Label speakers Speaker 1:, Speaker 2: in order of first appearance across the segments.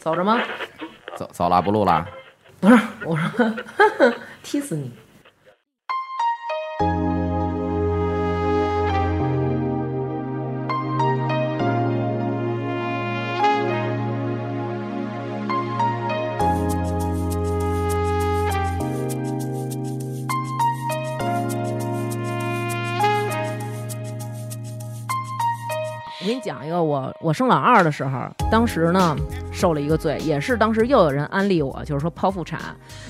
Speaker 1: 走着吗？
Speaker 2: 走走了，不录了。
Speaker 1: 不是，我说 踢死你！我给你讲一个，我我升老二的时候，当时呢受了一个罪，也是当时又有人安利我，就是说剖腹产，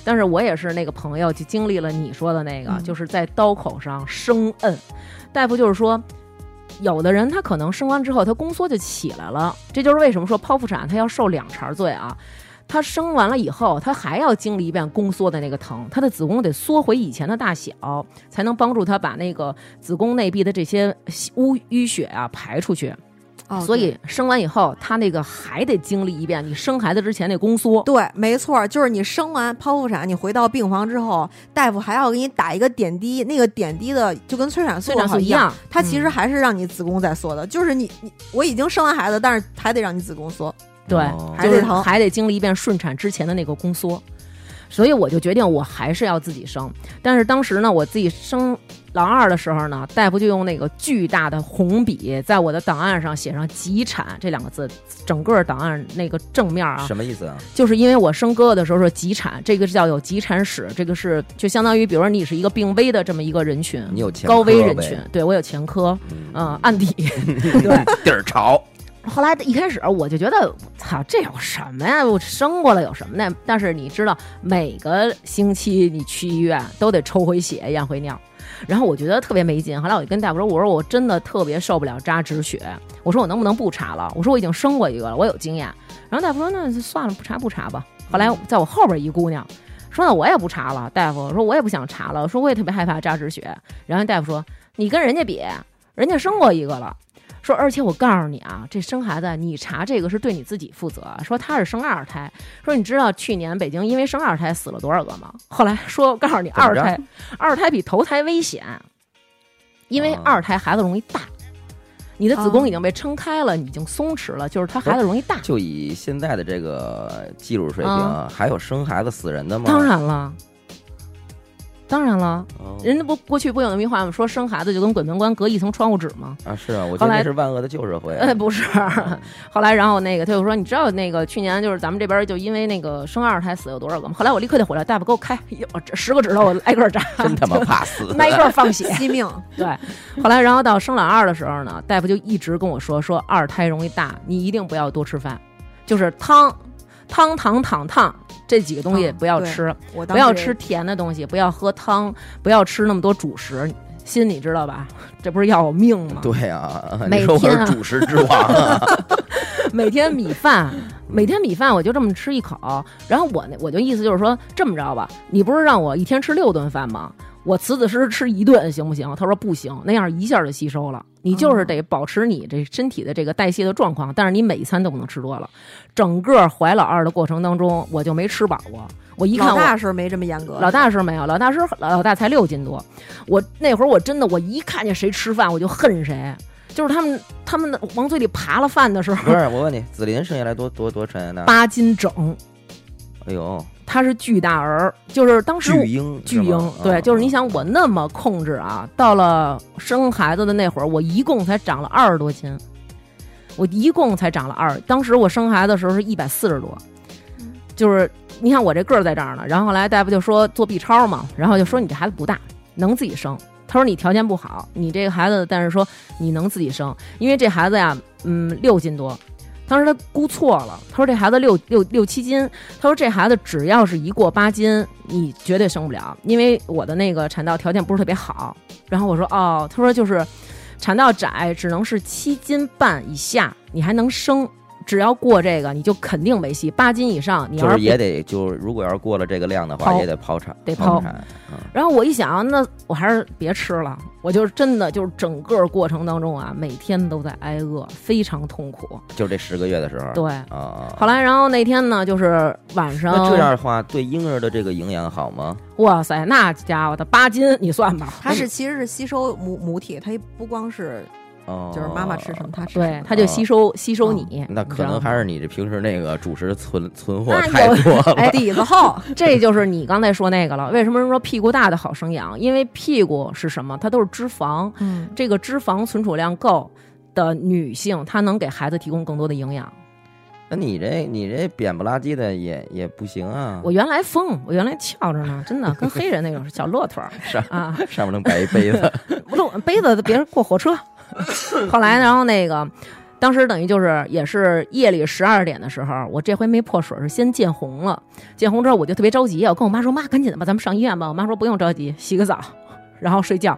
Speaker 1: 但是我也是那个朋友就经历了你说的那个，就是在刀口上生摁，大夫就是说。有的人他可能生完之后，他宫缩就起来了，这就是为什么说剖腹产他要受两茬罪啊。他生完了以后，他还要经历一遍宫缩的那个疼，他的子宫得缩回以前的大小，才能帮助他把那个子宫内壁的这些污淤血啊排出去。
Speaker 3: 哦
Speaker 1: 所以生完以后，他那个还得经历一遍你生孩子之前那宫缩。
Speaker 3: 对，没错，就是你生完剖腹产，你回到病房之后，大夫还要给你打一个点滴，那个点滴的就跟催产素
Speaker 1: 催产素
Speaker 3: 好
Speaker 1: 一
Speaker 3: 样，
Speaker 1: 样，
Speaker 3: 它其实
Speaker 1: 嗯
Speaker 3: 还是让你子宫在缩的，就是你你我已经生完孩子，但是还得让你子 宫缩。
Speaker 1: 对
Speaker 2: 哦
Speaker 3: 还
Speaker 1: 就是
Speaker 3: 得疼
Speaker 1: 还得经历一遍顺产之前的那个宫缩。所以我就决定，我还是要自己生。但是当时呢，我自己生老二的时候呢，大夫就用那个巨大的红笔，在我的档案上写上“急产”这两个字，整个档案那个正面啊，
Speaker 2: 什么意思啊？
Speaker 1: 就是因为我生哥哥的时候是急产，这个是叫有急产史，这个是就相当于，比如说你是一个病危的这么一个人群，
Speaker 2: 你有前科
Speaker 1: 高危人
Speaker 2: 呗
Speaker 1: 群，对我有前科，
Speaker 2: 嗯
Speaker 1: 嗯，案底。
Speaker 2: 地儿潮，
Speaker 1: 后来一开始我就觉得，操，这有什么呀？我生过了有什么呢？但是你知道，每个星期你去医院都得抽回血、验回尿，然后我觉得特别没劲。后来我就跟大夫说，我说我真的特别受不了扎止血，我说我能不能不查了？我说我已经生过一个了，我有经验。然后大夫说那就算了，不查不查吧。后来在我后边一姑娘说那我也不查了，大夫说我也不想查了，说我也特别害怕扎止血。然后大夫说你跟人家比，人家生过一个了。说，而且我告诉你啊，这生孩子你查这个是对你自己负责。说他是生二胎，说你知道去年北京因为生二胎死了多少个吗？后来说，我告诉你，
Speaker 2: 怎么
Speaker 1: 二
Speaker 2: 着
Speaker 1: 胎二胎比头胎危险，因为
Speaker 2: 啊
Speaker 1: 二胎孩子容易大，你的子宫
Speaker 3: 哦
Speaker 1: 已经被撑开了，你已经松弛了，就是他孩子容易大。
Speaker 2: 就以现在的这个技术水平啊，还有生孩子死人的吗？
Speaker 1: 嗯当然了，当然了，
Speaker 2: 哦，
Speaker 1: 人家不过去不有那么一话吗？说生孩子就跟鬼门关隔一层窗户纸吗？
Speaker 2: 啊，是啊，我觉得
Speaker 1: 后来
Speaker 2: 那是万恶的旧社会。
Speaker 1: 哎，不是，
Speaker 2: 嗯，
Speaker 1: 后来，然后那个他就说，你知道那个去年就是咱们这边就因为那个生二胎死有多少个吗？后来我立刻就回来，大夫给我开，哟，这十个指头我挨个扎，
Speaker 2: 真他妈怕死
Speaker 1: ，挨个放血。
Speaker 3: 惜命，
Speaker 1: 对，后来然后到生老二的时候呢，大夫就一直跟我说，说二胎容易大，你一定不要多吃饭，就是汤、汤、糖、糖、烫这几个东西
Speaker 3: 嗯
Speaker 1: 不要
Speaker 3: 对
Speaker 1: 吃。
Speaker 3: 我当
Speaker 1: 不要
Speaker 3: 时
Speaker 1: 吃甜的东西，不要喝汤，不要吃那么多主食，心你知道吧？这不是要我命吗？
Speaker 2: 对啊，
Speaker 1: 每
Speaker 2: 你说我
Speaker 1: 天啊
Speaker 2: 是主食之王啊，
Speaker 1: 每天米饭，每天米饭我就这么吃一口，然后我那我就意思就是说这么着吧，你不是让我一天吃六顿饭吗？我此此时时吃一顿行不行？他说不行，那样一下就吸收了。你就是得保持你这身体的这个代谢的状况，但是你每一餐都不能吃多了。整个怀老二的过程当中，我就没吃饱过。我一看
Speaker 3: 老
Speaker 1: 我
Speaker 3: 大时候没这么严格，
Speaker 1: 老大是没有，老大是老大才六斤多。我那会儿我真的，我一看见谁吃饭我就恨谁，就是他们他们的往嘴里扒了饭的时
Speaker 2: 不
Speaker 1: 候，
Speaker 2: 是？我问你，紫林生下来多多多沉呢？
Speaker 1: 八斤整，
Speaker 2: 哎呦，
Speaker 1: 他是巨大儿，就是当时我
Speaker 2: 巨婴，
Speaker 1: 巨
Speaker 2: 是
Speaker 1: 婴
Speaker 2: 吗，
Speaker 1: 对，就是你，
Speaker 2: 啊
Speaker 1: 想我那么控制啊，到了生孩子的那会儿，我一共才长了二十多斤，我一共才长了二，当时我生孩子的时候是一百四十多，就是你看我这个儿在这儿呢，然后后来大夫就说做 B 超嘛，然后就说你这孩子不大，能自己生。他说你条件不好，你这个孩子，但是说你能自己生，因为这孩子呀，嗯，六斤多。当时他估错了，他说这孩子六六六七斤，他说这孩子只要是一过八斤，你绝对生不了，因为我的那个产道条件不是特别好。然后我说哦，他说就是产道窄，只能是七斤半以下，你还能生。只要过这个，你就肯定没戏。八斤以上，你要
Speaker 2: 就是
Speaker 1: 不
Speaker 2: 也得就是，如果要是过了这个量的话，
Speaker 1: 抛
Speaker 2: 也得剖产，
Speaker 1: 得
Speaker 2: 剖
Speaker 1: 抛
Speaker 2: 产。嗯
Speaker 1: 然后我一想，那我还是别吃了。我就是真的，就是整个过程当中啊，每天都在挨饿，非常痛苦。
Speaker 2: 就这十个月的时候，
Speaker 1: 对，
Speaker 2: 啊，
Speaker 1: 后来然后那天呢，就是晚上，
Speaker 2: 那这样的话，对婴儿的这个营养好吗？
Speaker 1: 哇塞，那家伙的八斤，你算吧，
Speaker 3: 它是其实是吸收母母体，它不光是
Speaker 2: 哦
Speaker 3: 就是妈妈吃什么她吃什 么。
Speaker 1: 哦对，它就吸收吸收
Speaker 3: 哦
Speaker 1: 你。
Speaker 2: 那
Speaker 1: 你
Speaker 2: 可
Speaker 1: 知道
Speaker 2: 能还
Speaker 1: 吗
Speaker 2: 是你这平时那个主食存 存货
Speaker 1: 那
Speaker 2: 太
Speaker 1: 有
Speaker 2: 多了。
Speaker 1: 哎
Speaker 3: 底子厚，
Speaker 1: 这就是你刚才说那个了。为什么人说屁股大的好生养？因为屁股是什么？它都是脂肪，
Speaker 3: 嗯，
Speaker 1: 这个脂肪存储量够的女性，她能给孩子提供更多的营养。
Speaker 2: 那你这你这扁不拉几的也也不行啊，
Speaker 1: 我原来疯，我原来翘着呢，真的跟黑人那种小骆驼儿
Speaker 2: 上
Speaker 1: 啊，
Speaker 2: 上面能摆一杯子，
Speaker 1: 不是背着别人过火车。后来，然后那个。当时等于就是也是夜里十二点的时候，我这回没破水，是先见红了。见红之后我就特别着急，我跟我妈说：“妈，赶紧的吧，咱们上医院吧。”我妈说：“不用着急，洗个澡，然后睡觉。”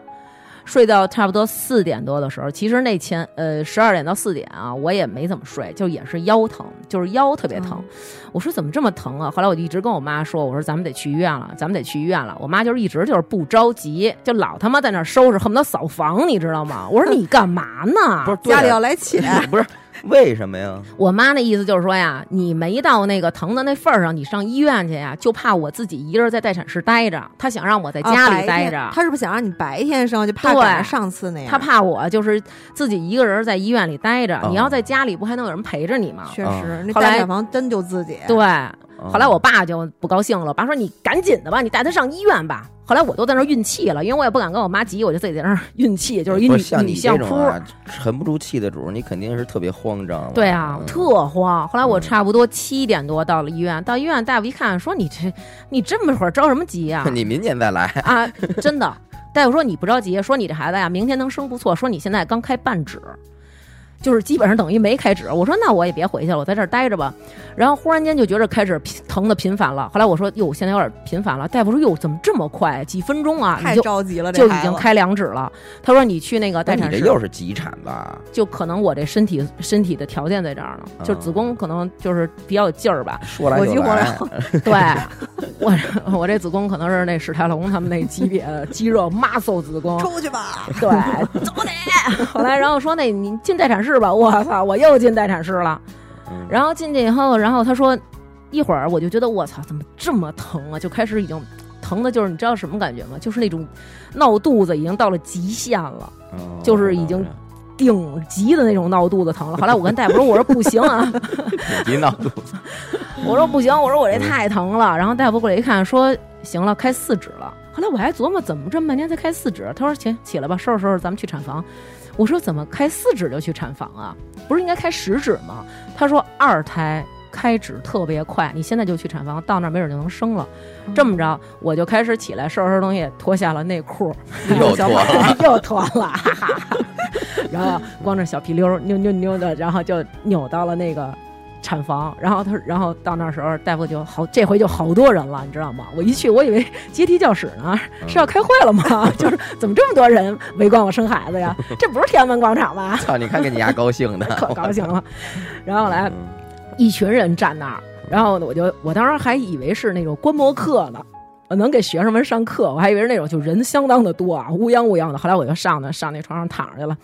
Speaker 1: 睡到差不多四点多的时候，其实那前呃十二点到四点啊，我也没怎么睡，就也是腰疼，就是腰特别疼。我说怎么这么疼啊？后来我就一直跟我妈说，我说咱们得去医院了，咱们得去医院了。我妈就是一直就是不着急，就老他妈在那儿收拾，恨不得扫房，你知道吗？我说你干嘛呢？
Speaker 2: 不是对啊
Speaker 3: 家里要 来且，
Speaker 2: 不是为什么呀？
Speaker 1: 我妈那意思就是说呀，你没到那个疼的那份儿上，你上医院去呀，就怕我自己一个人在待产室待着。她想让我在家里待着，
Speaker 3: 啊白天他是不是想让你白天生，就怕
Speaker 1: 对
Speaker 3: 赶上上次那样？
Speaker 1: 她怕我就是自己一个人在医院里待着。
Speaker 2: 哦
Speaker 1: 你要在家里，不还能有人陪着你吗？
Speaker 3: 确
Speaker 2: 啊
Speaker 3: 实，那
Speaker 1: 后来
Speaker 3: 大产房真就自己。
Speaker 1: 对。
Speaker 2: 啊
Speaker 1: 后来我爸就不高兴了，我爸说你赶紧的吧，你带她上医院吧。后来我都在那儿运气了，因为我也不敢跟我妈急，我就自己在那儿运气，就是一
Speaker 2: 不
Speaker 1: 女
Speaker 2: 像
Speaker 1: 女
Speaker 2: 你
Speaker 1: 相
Speaker 2: 这
Speaker 1: 扑
Speaker 2: 种。啊，沉不住气的主儿，你肯定是特别慌张了。
Speaker 1: 对啊，
Speaker 2: 嗯
Speaker 1: 特慌。后来我
Speaker 2: 嗯
Speaker 1: 差不多七点多到了医院，到医院大夫一看，说你这你这么会儿着什么急啊 呀、
Speaker 2: 你明年再来，
Speaker 1: 啊，真的。 大夫说你不着急，说你这孩子呀，明天能生不错，说你现在刚开半指，就是基本上等于没开指。我说那我也别回去了，我在这儿待着吧。然后忽然间就觉着开始频疼的频繁了。后来我说哟，现在有点频繁了。大夫说哟，怎么这么快？几分钟啊，
Speaker 3: 太
Speaker 1: 你就
Speaker 3: 着急了，这
Speaker 1: 就已
Speaker 3: 孩
Speaker 1: 经
Speaker 3: 子
Speaker 1: 开两指了。他说你去那个
Speaker 2: 那
Speaker 1: 待
Speaker 2: 你
Speaker 1: 产
Speaker 2: 这
Speaker 1: 室，
Speaker 2: 又是急产吧？
Speaker 1: 就可能我这身体身体的条件在这儿呢，就
Speaker 2: 嗯
Speaker 1: 子宫可能就是比较有劲儿 吧。
Speaker 2: 说来
Speaker 3: 火
Speaker 2: 就
Speaker 3: 急火
Speaker 2: 来，
Speaker 1: 对我我这子宫可能是那史泰龙他们那级别的肌肉 muscle 子宫，
Speaker 3: 出去吧。
Speaker 1: 对，走你。后来然后说那你进待产室吧，我操，我又进待产室了。
Speaker 2: 嗯
Speaker 1: 然后进去以后，然后他说一会儿我就觉得我操怎么这么疼啊，就开始已经疼的就是你知道什么感觉吗？就是那种闹肚子已经到了极限了。
Speaker 2: 哦
Speaker 1: 就是已经顶级的那种闹肚子疼了，后来我跟大夫说：“我说不行啊，
Speaker 2: 紧急闹肚子，
Speaker 1: 我说不行，我说我这太疼了。然后大夫过来一看，说行了，开四指了。后来我还琢磨怎么这么半天才开四指，啊他说行，起来吧，收拾收拾，咱们去产房。我说怎么开四指就去产房啊？不是应该开十指吗？他说二胎开指特别快，你现在就去产房，到那儿没准就能生了。这么着，我就开始起来收拾收拾东西，脱下了内裤，
Speaker 2: 又脱了。
Speaker 1: 又脱了，哈哈哈。然后光着小皮溜儿扭扭扭的，然后就扭到了那个产房。然后他，然后到那时候，大夫就好，这回就好多人了，你知道吗？我一去，我以为阶梯教室呢
Speaker 2: 嗯
Speaker 1: 是啊要开会了吗？ 就是怎么这么多人 围观我生孩子呀？这不是天安门广场吧？
Speaker 2: 操，你看给你丫高兴的，
Speaker 1: 可高兴了。 然后来
Speaker 2: 嗯
Speaker 1: 一群人站那儿，然后我就我当时还以为是那种观摩课呢，我能给学生们上课，我还以为是那种就人相当的多啊，乌泱乌泱的。后来我就上那上那床上躺着去了，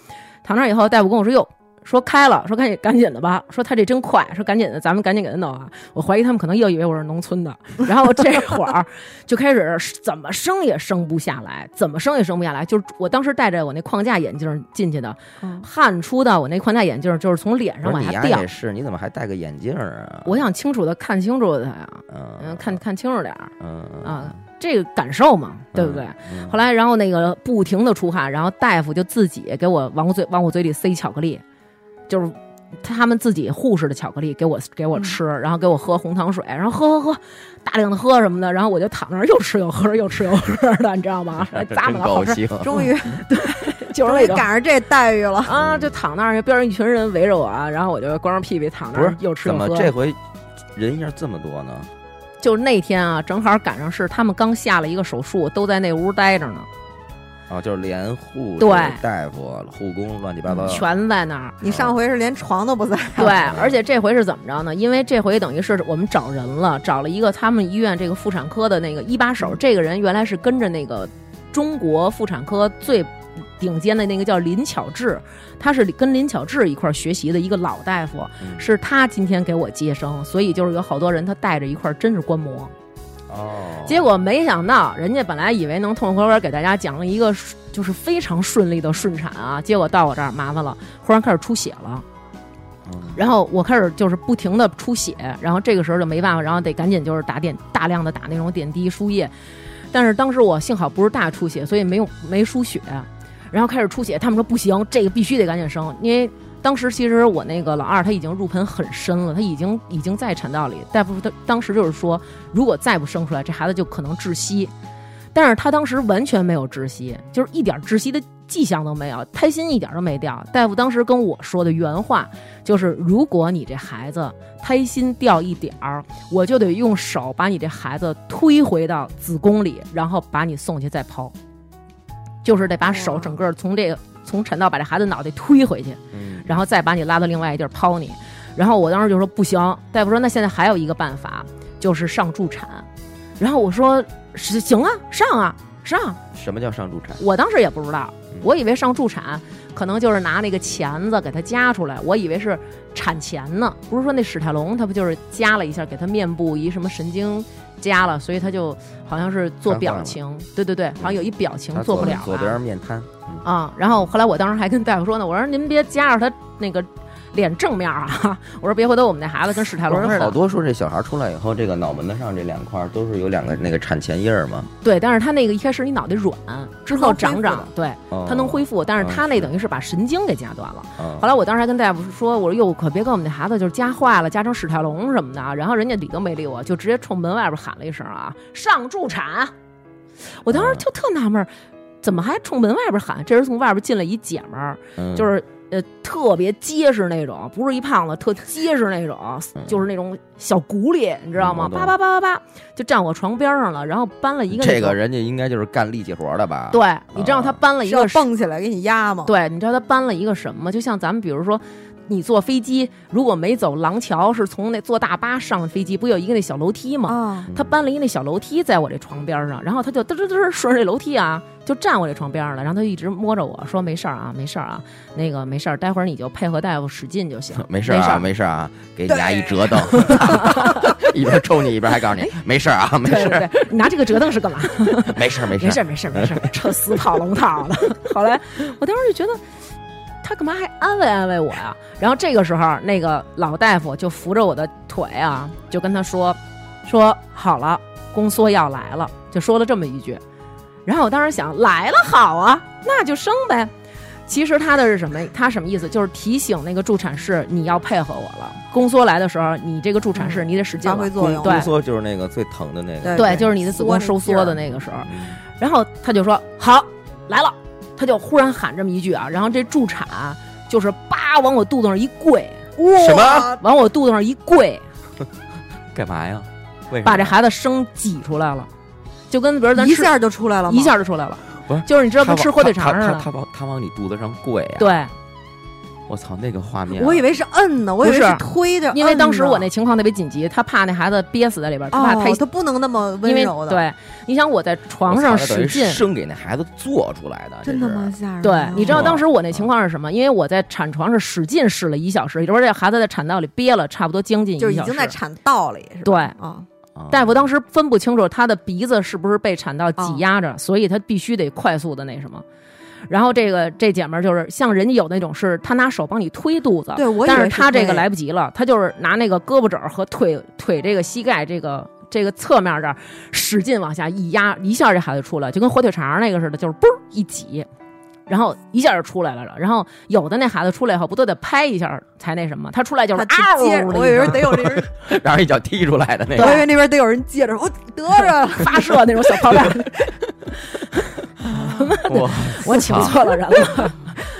Speaker 1: 躺那儿以后，大夫跟我说哟。说开了，说赶紧赶紧的吧，说他这真快，说赶紧的，咱们赶紧给他弄啊！我怀疑他们可能又以为我是农村的，然后这会儿 就开始怎么生也生不下来，怎么生也生不下来。就是我当时戴着我那框架眼镜进去的，
Speaker 3: 嗯
Speaker 1: 汗出到我那框架眼镜就是从脸上
Speaker 2: 不
Speaker 1: 往
Speaker 2: 是你
Speaker 1: 下
Speaker 2: 丫
Speaker 1: 掉
Speaker 2: 也。是，你怎么还戴个眼镜儿啊？
Speaker 1: 我想清楚的看清楚它呀，嗯，
Speaker 2: 嗯，
Speaker 1: 看看清楚点儿
Speaker 2: 嗯嗯
Speaker 1: 啊，这个感受嘛，对不对？
Speaker 2: 嗯
Speaker 1: 后来，然后那个不停的出汗，然后大夫就自己给我往我嘴往我嘴里塞巧克力，就是他们自己护士的巧克力给我给
Speaker 2: 嗯
Speaker 1: 我吃，然后给我喝红糖水，然后喝喝喝，大量的喝什么的，然后我就躺那儿又吃又喝又吃又喝的，你知道吗？咂
Speaker 2: 哎真
Speaker 1: 巴的好
Speaker 2: 高
Speaker 1: 吃，
Speaker 2: 兴，
Speaker 3: 终于
Speaker 1: 就是
Speaker 3: 终
Speaker 1: 那
Speaker 3: 于
Speaker 1: 种。
Speaker 3: 赶上这待遇了，
Speaker 1: 啊，就躺那儿，边上一群人围着我啊，然后我就光着屁屁躺那
Speaker 2: 不
Speaker 1: 儿
Speaker 2: 是，
Speaker 1: 又吃
Speaker 2: 怎
Speaker 1: 又
Speaker 2: 么
Speaker 1: 喝。
Speaker 2: 这回人一下这么多呢？
Speaker 1: 就是那天啊，正好赶上是他们刚下了一个手术，都在那屋待着呢，
Speaker 2: 啊，就是连护士
Speaker 1: 对嗯
Speaker 2: 大夫、护工乱七八糟，
Speaker 1: 全在那儿。
Speaker 3: 你上回是连床都不在，
Speaker 1: 对，而且这回是怎么着呢？因为这回等于是我们找人了，找了一个他们医院这个妇产科的那个一把手，这个人原来是跟着那个中国妇产科最顶尖的那个叫林巧稚，他是跟林巧稚一块儿学习的一个老大夫，
Speaker 2: 嗯
Speaker 1: 是他今天给我接生，所以就是有好多人他带着一块儿真是观摩。
Speaker 2: 啊哦，
Speaker 1: 结果没想到，人家本来以为能痛痛快快给大家讲了一个顺就是非常顺利的顺产啊，结果到我这儿麻烦了，忽然开始出血了。
Speaker 2: 嗯
Speaker 1: 然后我开始就是不停的出血，然后这个时候就没办法，然后得赶紧就是打点大量的打那种点滴输液，但是当时我幸好不是大出血，所以没有没输血，然后开始出血，他们说不行，这个必须得赶紧生，因为当时其实我那个老二他已经入盆很深了，他已经已经在产道里，大夫他当时就是说，如果再不生出来，这孩子就可能窒息，但是他当时完全没有窒息，就是一点窒息的迹象都没有，胎心一点都没掉。大夫当时跟我说的原话就是：如果你这孩子胎心掉一点儿，我就得用手把你这孩子推回到子宫里，然后把你送去再剖，就是得把手
Speaker 3: 哇
Speaker 1: 整个从这个从产道把这孩子脑袋推回去。
Speaker 2: 嗯
Speaker 1: 然后再把你拉到另外一地儿剖你。然后我当时就说不行，大夫说那现在还有一个办法，就是上助产。然后我说是行啊，上啊上。
Speaker 2: 什么叫上助产？
Speaker 1: 我当时也不知道
Speaker 2: 嗯，
Speaker 1: 我以为上助产可能就是拿那个钳子给它夹出来，我以为是产钳呢。不是说那史泰龙他不就是夹了一下，给他面部一什么神经夹了，所以他就好像是做
Speaker 2: 瘫痪
Speaker 1: 表
Speaker 2: 了
Speaker 1: 情，对对对，好像有一表情
Speaker 2: 他
Speaker 1: 做不
Speaker 2: 左
Speaker 1: 了了。
Speaker 2: 左边面瘫，嗯
Speaker 1: 啊、然后后来我当时还跟大夫说呢，我说您别夹着他那个脸正面啊，我说别回头我们那孩子跟史泰
Speaker 2: 不
Speaker 1: 龙似
Speaker 2: 是好
Speaker 1: 的。
Speaker 2: 多说这小孩出来以后，这个脑门子上这两块儿都是有两个那个产前印儿嘛，
Speaker 1: 对，但是他那个一开始你脑袋软，之后长
Speaker 3: 能恢
Speaker 1: 长
Speaker 3: 复，
Speaker 1: 对，
Speaker 2: 哦
Speaker 1: 他能恢复，但是
Speaker 2: 嗯
Speaker 1: 他那
Speaker 2: 是
Speaker 1: 等于是把神经给夹断了。
Speaker 2: 哦
Speaker 1: 后来我当时还跟大夫说，我说哟，可别给我们那孩子就是夹坏了，夹成史泰龙什么的啊。然后人家理都没理我，就直接冲门外边喊了一声啊，上助产。我
Speaker 2: 哦
Speaker 1: 当时就特纳闷儿，怎么还冲门外边喊？这人从外边进来一姐们儿，
Speaker 2: 嗯
Speaker 1: 就是呃特别结实那种，不是一胖子，特结实那种， 就是那种小骨力，你知道吗？
Speaker 2: 嗯嗯我懂
Speaker 1: 叭叭叭叭叭，就站我床边上了，然后搬了一个那
Speaker 2: 这个啊
Speaker 1: 种，
Speaker 2: 人家应该就是干力气活的吧？，，
Speaker 1: 对，你知道他搬了一
Speaker 3: 是要
Speaker 1: 个什，
Speaker 3: 蹦起来给你压吗？
Speaker 1: 对，你知道他搬了一个什么吗？就像咱们比如说。你坐飞机，如果没走廊桥，是从那坐大巴上飞机，不有一个那小楼梯吗？
Speaker 3: 啊，
Speaker 1: 他搬了一那小楼梯在我这床边上，然后他就嘚嘚嘚顺着这楼梯啊，就站我这床边上了，然后他就一直摸着我说没事儿啊，没事儿啊，那个没事儿，待会儿你就配合大夫使劲就行
Speaker 2: 没事啊，没事啊，给你牙一折腾， 一边抽你一边还告诉你没事儿啊，没
Speaker 1: 哎对
Speaker 2: 事
Speaker 1: 对
Speaker 2: 儿，
Speaker 1: 对，你拿这个折腾是干嘛？
Speaker 2: 没事儿，哎没
Speaker 1: 没
Speaker 2: 事儿
Speaker 1: 事，儿，没事儿，没事儿，这死跑龙套的。后来我当时就觉得，他干嘛还安慰安慰我呀？然后这个时候，那个老大夫就扶着我的腿啊，就跟他说说好了，宫缩要来了，就说了这么一句。然后我当时想，来了好啊，那就生呗。其实他的是什么？他什么意思？就是提醒那个助产士你要配合我了。宫缩来的时候，你这个助产士你得使劲
Speaker 3: 发
Speaker 1: 了
Speaker 3: 挥。作用。
Speaker 1: 对
Speaker 2: 宫缩就是那个最疼的那
Speaker 1: 对，
Speaker 2: 个，
Speaker 3: 对
Speaker 1: 就是你的子
Speaker 3: 缩
Speaker 1: 宫
Speaker 3: 那
Speaker 1: 收
Speaker 3: 劲
Speaker 1: 缩
Speaker 3: 儿
Speaker 1: 的那个时候。
Speaker 2: 嗯
Speaker 1: 然后他就说好来了，他就忽然喊这么一句啊，然后这助产啊就是叭往我肚子上一跪，
Speaker 2: 什
Speaker 3: 哇
Speaker 2: 么？
Speaker 1: 往我肚子上一跪，
Speaker 2: 干嘛呀？为什么
Speaker 1: 把这孩子生挤出来了，就跟比如咱
Speaker 3: 一
Speaker 1: 吃
Speaker 3: 下就出来了吗？
Speaker 1: 一下就出来了
Speaker 2: 不是，
Speaker 1: 就是你知道
Speaker 2: 他
Speaker 1: 跟吃火腿肠似
Speaker 2: 他他他
Speaker 1: 的，
Speaker 2: 往他往你肚子上跪啊！，
Speaker 1: 对，
Speaker 2: 我操，那个画面啊，
Speaker 3: 我以为是摁呢，我以为
Speaker 1: 不是
Speaker 3: 推着。
Speaker 1: 因为当时我那。情况特别紧急，他怕那孩子憋死在里边，他怕
Speaker 3: 哦
Speaker 1: 他，
Speaker 3: 他不能那么温
Speaker 1: 因为
Speaker 3: 柔的，，
Speaker 1: 对，你想我在床上
Speaker 2: 我操那等
Speaker 1: 使
Speaker 2: 于
Speaker 1: 劲，
Speaker 2: 生给那孩子做出来的，
Speaker 3: 真
Speaker 2: 这
Speaker 3: 他
Speaker 2: 是
Speaker 3: 妈吓人。啊
Speaker 1: 对，你知道
Speaker 2: 哦
Speaker 1: 当时我那情况是什么？因为我在产床上使劲使了一小时，也就是这孩子在产道里憋了差不多将近一
Speaker 3: 就
Speaker 1: 小
Speaker 3: 是
Speaker 1: 时，
Speaker 3: 已经在产道里，是吧？
Speaker 1: 对
Speaker 3: 啊，
Speaker 2: 啊
Speaker 1: 大夫当时分不清楚他的鼻子是不是被产道
Speaker 3: 哦
Speaker 1: 挤压着，所以他必须得快速的那什么。然后这个这姐们儿就是像人家有那种是，她拿手帮你推肚子，
Speaker 3: 对我以
Speaker 1: 但
Speaker 3: 为
Speaker 1: 是她这个
Speaker 3: 推
Speaker 1: 来不及了，她就是拿那个胳膊肘儿和腿腿这个膝盖这个这个侧面这儿使劲往下一压，一下这孩子出来，就跟火腿肠儿那个似的，就是嘣儿一挤，然后一下就出来了。然后有的那孩子出来以后不都得拍一下才那什么，他出来就是
Speaker 3: 他
Speaker 1: 啊
Speaker 3: 去
Speaker 1: 呜
Speaker 3: 接，
Speaker 1: 的一
Speaker 3: 我以为
Speaker 1: 声
Speaker 3: 得有那人，
Speaker 2: 让人一脚踢出来的那
Speaker 3: 我以
Speaker 2: 个，
Speaker 3: 为那边得有人接着，我哦得着 了，
Speaker 1: 发射那种小炮弹，
Speaker 2: 我
Speaker 1: 我请错了人 了。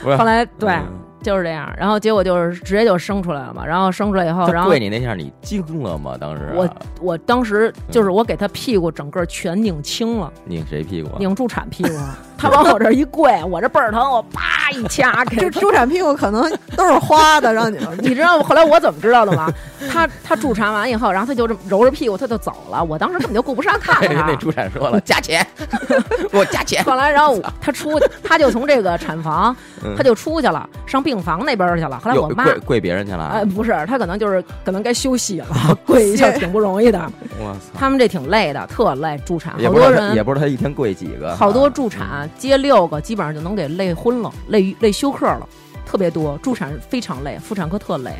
Speaker 2: 不是
Speaker 1: 后来对，
Speaker 2: 嗯
Speaker 1: 就是这样。然后结果就是直接就生出来了嘛。然后生出来以后，然
Speaker 2: 他
Speaker 1: 后
Speaker 2: 跪你那下，你惊了吗？当时啊
Speaker 1: 我我当时
Speaker 2: 嗯
Speaker 1: 就是我给他屁股整个全拧青了，
Speaker 2: 拧谁屁股啊？
Speaker 1: 拧助产屁股了。他往我这儿一跪，我这倍儿疼，我啪一掐给
Speaker 3: 这猪产屁股可能都是花的，让你们
Speaker 1: 你知道后来我怎么知道的吗？他他助产完以后，然后他就这么揉着屁股，他就走了。我当时根本就顾不上看
Speaker 2: 那
Speaker 1: 他。
Speaker 2: 助产说了，加钱， 给我加钱。
Speaker 1: 后来，然后我他出，他就从这个产房，
Speaker 2: 嗯
Speaker 1: 他就出去了，上病房那边儿去了。后来
Speaker 2: 有
Speaker 1: 我妈，
Speaker 2: 跪跪别人去了啊
Speaker 1: 哎，，不是，她可能就是可能该休息了， 跪一 下挺不容易的。
Speaker 2: 我操，
Speaker 1: 他们这挺累的，特累，助产
Speaker 2: 也
Speaker 1: 呃好
Speaker 2: 不知道
Speaker 1: 多
Speaker 2: 他也
Speaker 1: 人，
Speaker 2: 不知啊道他一天跪几个，
Speaker 1: 好多助产接六个，基本上就能给累昏了，累累休克了，特别多。助产非常累，妇产科特累。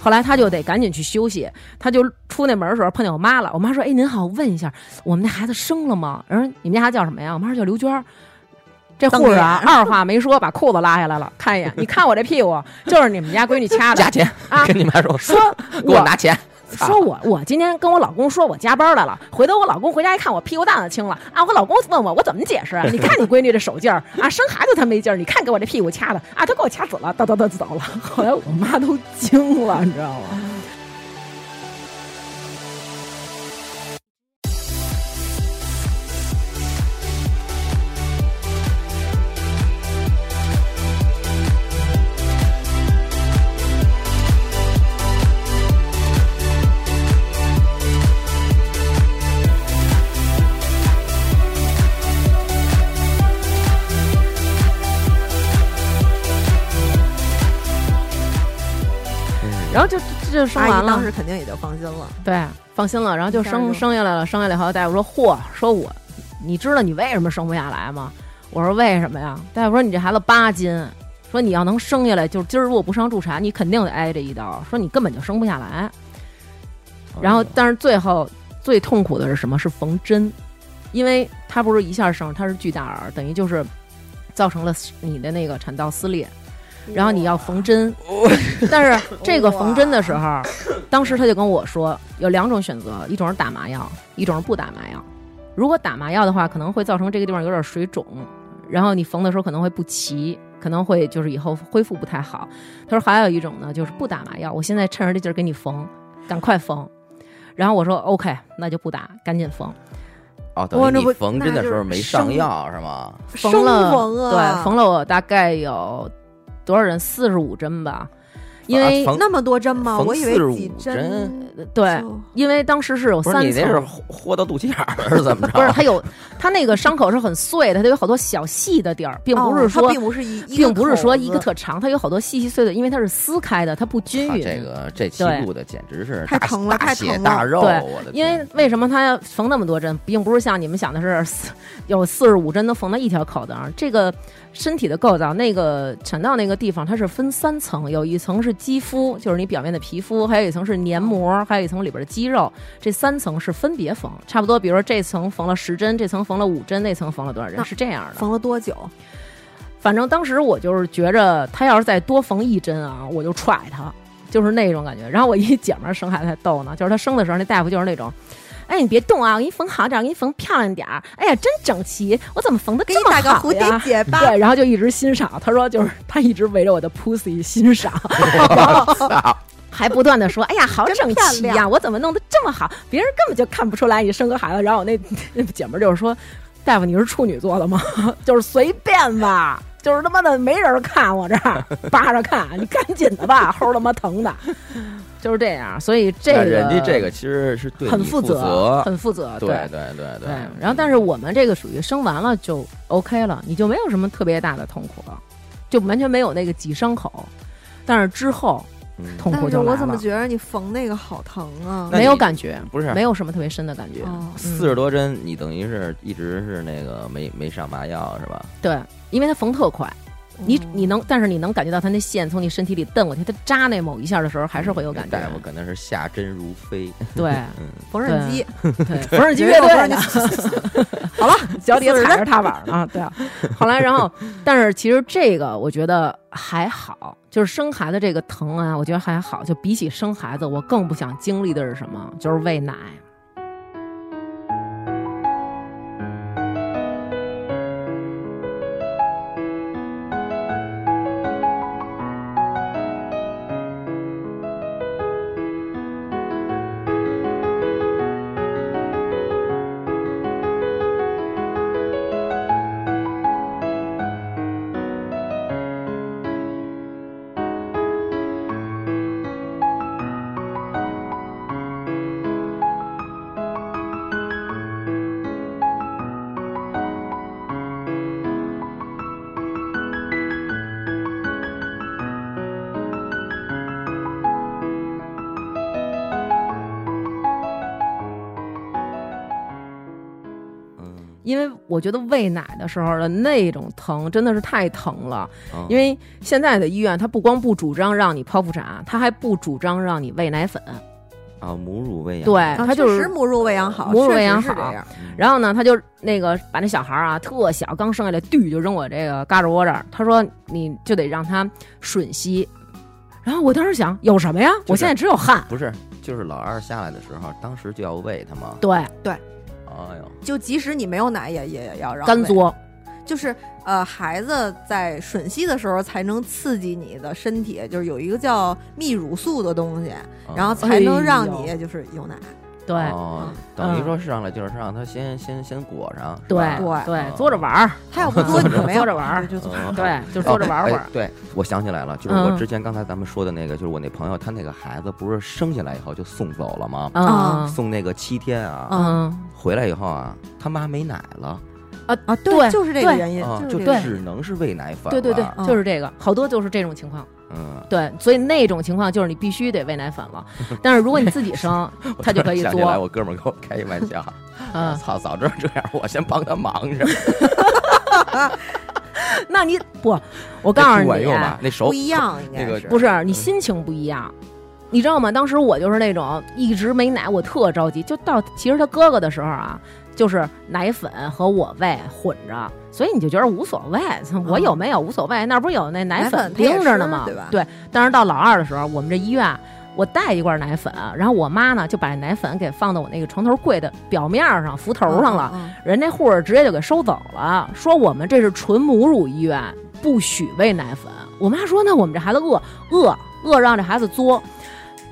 Speaker 1: 后来他就得赶紧去休息，他就出那门的时候碰见我妈了。我妈说：“哎，您好，问一下，我们那孩子生了吗？”然后你们家孩子叫什么呀？我妈说叫刘娟儿。这护士啊，二话没说，把裤子拉下来了，看一眼，你看我这屁股，就是你们家闺女掐的
Speaker 2: 加。钱
Speaker 1: 啊
Speaker 2: 嗯跟你妈说，
Speaker 1: 说
Speaker 2: 给我拿钱，
Speaker 1: 说我我今天跟我老公说我加班来了，回头我老公回家一看我屁股蛋子青了啊，我老公问我我怎么解 释啊？你看你闺女这手劲儿啊，生孩子她没劲儿，你看给我这屁股掐的啊，都给我掐紫了，叨叨叨走了。 后来我妈都惊了，你知道吗？然后就就生
Speaker 3: 阿
Speaker 1: 完
Speaker 3: 姨
Speaker 1: 了
Speaker 3: 当，时肯定也就放心了。
Speaker 1: 对，放心了，然后就
Speaker 3: 一下
Speaker 1: 生
Speaker 3: 就
Speaker 1: 生下来了，生下来以后，大夫说：“嚯，说我，你知道你为什么生不下来吗？”我说：“为什么呀？”大夫说：“你这孩子八斤，说你要能生下来，就是今儿如果不上助产，你肯定得挨这一刀，说你根本就生不下来。”
Speaker 2: 嗯
Speaker 1: 然后，但是最后最痛苦的是什么？是缝针，因为他不是一下生，他是巨大儿，等于就是造成了你的那个产道撕裂，然后你要缝针。但是这个缝针的时候，当时他就跟我说，有两种选择，一种是打麻药，一种是不打麻药。如果打麻药的话，可能会造成这个地方有点水肿，然后你缝的时候可能会不齐，可能会就是以后恢复不太好。他说还有一种呢，就是不打麻药，我现在趁着这劲儿给你缝，赶快缝。然后我说 OK，那就不打，赶紧缝。
Speaker 2: 哦，等
Speaker 3: 哇
Speaker 2: 于
Speaker 3: 那
Speaker 2: 你
Speaker 3: 不
Speaker 2: 缝
Speaker 3: 那
Speaker 2: 针的
Speaker 3: 就
Speaker 2: 时候
Speaker 3: 是
Speaker 2: 没上
Speaker 3: 生
Speaker 2: 药是吗？
Speaker 3: 生
Speaker 1: 缝了，
Speaker 3: 缝啊，
Speaker 1: 对，缝了我大概有多少人？四十五针吧，因
Speaker 2: 啊
Speaker 1: 为、
Speaker 2: 缝
Speaker 3: 那么多针吗？
Speaker 2: 缝
Speaker 3: 我以为
Speaker 2: 45
Speaker 3: 几
Speaker 2: 针
Speaker 1: 对，
Speaker 3: 就哦
Speaker 1: 因为当时是有
Speaker 2: 不是
Speaker 1: 三
Speaker 2: 你那是
Speaker 1: 层。
Speaker 2: 豁豁到肚脐眼儿是怎么着？
Speaker 1: 不是，它有，它那个伤口是很碎的，它有好多小细的地儿，并不
Speaker 3: 哦
Speaker 1: 是
Speaker 3: 它
Speaker 1: 说，
Speaker 3: 并不是一，一个
Speaker 1: 并不是说一个
Speaker 3: 口子
Speaker 1: 特长，它有好多细细碎碎，因为它是撕开的，它不均
Speaker 2: 他
Speaker 1: 匀。
Speaker 2: 啊这个这期
Speaker 1: 对
Speaker 2: 录的简直是
Speaker 3: 太
Speaker 2: 大
Speaker 3: 疼了
Speaker 2: 大
Speaker 3: 太
Speaker 2: 血
Speaker 3: 疼了
Speaker 2: 大肉，
Speaker 1: 对
Speaker 2: 我的
Speaker 1: 因为
Speaker 2: 天
Speaker 1: 为什么他要缝那么多针，并不是像你们想的是四有四十五针都缝在一条口子上。这个身体的构造，那个产道那个地方，它是分三层，有一层是肌肤，就是你表面的皮肤，还有一层是黏膜，还有一层里边的肌肉。这三层是分别缝，差不多，比如说这层缝了十针，这层缝了五针，那层缝了多少针，
Speaker 3: 那
Speaker 1: 是这样的。
Speaker 3: 缝了 多久？
Speaker 1: 反正当时我就是觉着，他要是再多缝一针啊，我就踹他，就是那种感觉。然后我一姐们儿生孩子还逗呢，就是她生的时候，那大夫就是那种。哎，你别动啊！我给你缝好点儿，我给你缝漂亮点儿。哎呀，真整齐！我怎么缝的
Speaker 3: 给你
Speaker 1: 这么
Speaker 3: 打个
Speaker 1: 好
Speaker 3: 蝴蝶
Speaker 1: 呀？
Speaker 3: 结吧。
Speaker 1: 对，然后就一直欣赏。他说，就是他一直围着我的 pussy 欣 赏，然后 还不断的说：“哎呀，好
Speaker 3: 真
Speaker 1: 整齐
Speaker 3: 漂
Speaker 1: 呀、我怎么弄得这么好？别人根本就看不出来你生个孩子。”然后我那那姐们儿就是说：“大夫，你是处女座的吗？ 就是随便吧，就是他妈的没人看我这儿，扒着看，你赶紧的吧，齁他妈疼的， 就是这样。所以这
Speaker 2: 那
Speaker 1: 个
Speaker 2: 人家这个其实是对
Speaker 1: 很
Speaker 2: 你负
Speaker 1: 责，很负责，
Speaker 2: 对对对
Speaker 1: 对，然后但是我们这个属于生完了就 OK 了，你就没有什么特别大的痛苦了，就完全没有那个挤伤口，但是之后
Speaker 2: 嗯
Speaker 1: 痛苦
Speaker 3: 但是
Speaker 1: 就
Speaker 3: 我
Speaker 1: 来
Speaker 3: 怎么
Speaker 1: 了，
Speaker 3: 觉得你缝那个好疼啊
Speaker 2: 那？
Speaker 1: 没有
Speaker 2: 你
Speaker 1: 感觉，
Speaker 2: 不是
Speaker 1: 没有什嗯么特别深的感觉，
Speaker 3: 哦
Speaker 2: 四十多针，你等于是一直是那个没没上麻药是吧？
Speaker 1: 对，因为它缝特快，你
Speaker 3: 嗯
Speaker 1: 你能，但是你能感觉到它那线从你身体里蹬过去，它扎那某一下的时候还是会有感觉
Speaker 2: 嗯大，夫可能是下针如飞，
Speaker 1: 对
Speaker 3: 缝纫机，
Speaker 1: 对， 缝纫机乐
Speaker 3: 没有
Speaker 1: 队
Speaker 3: 缝
Speaker 1: 呢。
Speaker 3: 纫机
Speaker 1: 好了，脚底下
Speaker 3: 40
Speaker 1: 踩着踏板呢啊，对啊。后来，然后，但是其实这个我觉得还好，就是生孩子这个疼啊，我觉得还好。就比起生孩子，我更不想经历的是什么？就是喂奶。因为我觉得喂奶的时候的那种疼真的是太疼了，
Speaker 2: 嗯
Speaker 1: 因为现在的医院它不光不主张让你剖腹产，它还不主张让你喂奶粉。
Speaker 2: 啊，母乳喂养，
Speaker 1: 对
Speaker 3: 啊
Speaker 1: 它就
Speaker 3: 确
Speaker 1: 是
Speaker 3: 实母乳喂养好，
Speaker 1: 母乳
Speaker 3: 确实
Speaker 1: 喂养
Speaker 3: 是
Speaker 1: 好
Speaker 3: 这样
Speaker 2: 嗯，
Speaker 1: 然后呢，他就那个把那小孩儿啊特小，刚生下来，嘟就扔我这个胳肢窝这儿。他说你就得让他吮吸。然后我当时想，有什么呀？
Speaker 2: 是
Speaker 1: 我现在只有汗。
Speaker 2: 不是，就是老二下来的时候，当时就要喂他吗？
Speaker 1: 对，
Speaker 2: 哎呦，
Speaker 3: 就即使你没有奶也也也要让
Speaker 1: 干
Speaker 3: 喂，
Speaker 1: 嘬，
Speaker 3: 就是呃，孩子在吮吸的时候才能刺激你的身体，就是有一个叫泌乳素的东西，
Speaker 2: 嗯
Speaker 3: 然后才能让
Speaker 1: 哎
Speaker 3: 你就是有奶。
Speaker 1: 对、
Speaker 2: 哦，等于
Speaker 1: 嗯
Speaker 2: 说上来就是让他先先先裹上，是
Speaker 1: 对
Speaker 2: 吧
Speaker 3: 对
Speaker 1: 对
Speaker 2: 嗯，
Speaker 1: 嘬着玩儿，
Speaker 3: 他要不嘬，你就没有
Speaker 1: 嘬着玩儿哦
Speaker 3: 就就嘬
Speaker 2: 嗯
Speaker 1: 对，就嘬着玩会
Speaker 2: 哦
Speaker 1: 儿
Speaker 2: 哎。对，我想起来了，就是我
Speaker 1: 嗯
Speaker 2: 之前刚才咱们说的那个，就是我那朋友，他那个孩子不是生下来以后就送走了吗？
Speaker 1: 嗯
Speaker 2: 送那个七天啊，
Speaker 1: 嗯
Speaker 2: 回来以后啊，他妈没奶了，
Speaker 3: 啊，
Speaker 1: 对
Speaker 3: 就是这个
Speaker 1: 对
Speaker 3: 原因，
Speaker 2: 啊，
Speaker 3: 就是
Speaker 2: 就
Speaker 3: 这个原因
Speaker 2: 只能是喂奶粉了。
Speaker 1: 对对对，
Speaker 3: 嗯
Speaker 1: 就是这个，好多就是这种情况。
Speaker 2: 嗯，
Speaker 1: 对，所以那种情况就是你必须得喂奶粉了。但是如果你自己生， 他就可以
Speaker 2: 想起来
Speaker 1: 嘬。
Speaker 2: 我哥们儿跟我开一玩笑，
Speaker 1: 嗯，
Speaker 2: 操，早知道这样，我先帮他忙着。
Speaker 1: 那你不，我告诉
Speaker 2: 不
Speaker 1: 你，
Speaker 2: 管用吧？那手
Speaker 3: 不一样，应该
Speaker 2: 那个
Speaker 3: 是
Speaker 1: 不是你心情不一样，你知道吗？当时我就是那种一直没奶，我特着急。就到其实他哥哥的时候啊，就是奶粉和我喂混着，所以你就觉得无所谓，我有没有无所谓。那不是有那奶
Speaker 3: 嗯奶粉他也
Speaker 1: 盯着呢吗？
Speaker 3: 吃对吧
Speaker 1: 但是到老二的时候，我们这医院。我带一罐奶粉，然后我妈呢就把奶粉给放到我那个床头柜的表面上、扶头上了。，
Speaker 3: 嗯
Speaker 1: 人家护士直接就给收走了，说我们这是纯母乳医院，不许喂奶粉。我妈说那我们这孩子饿饿饿，让这孩子作，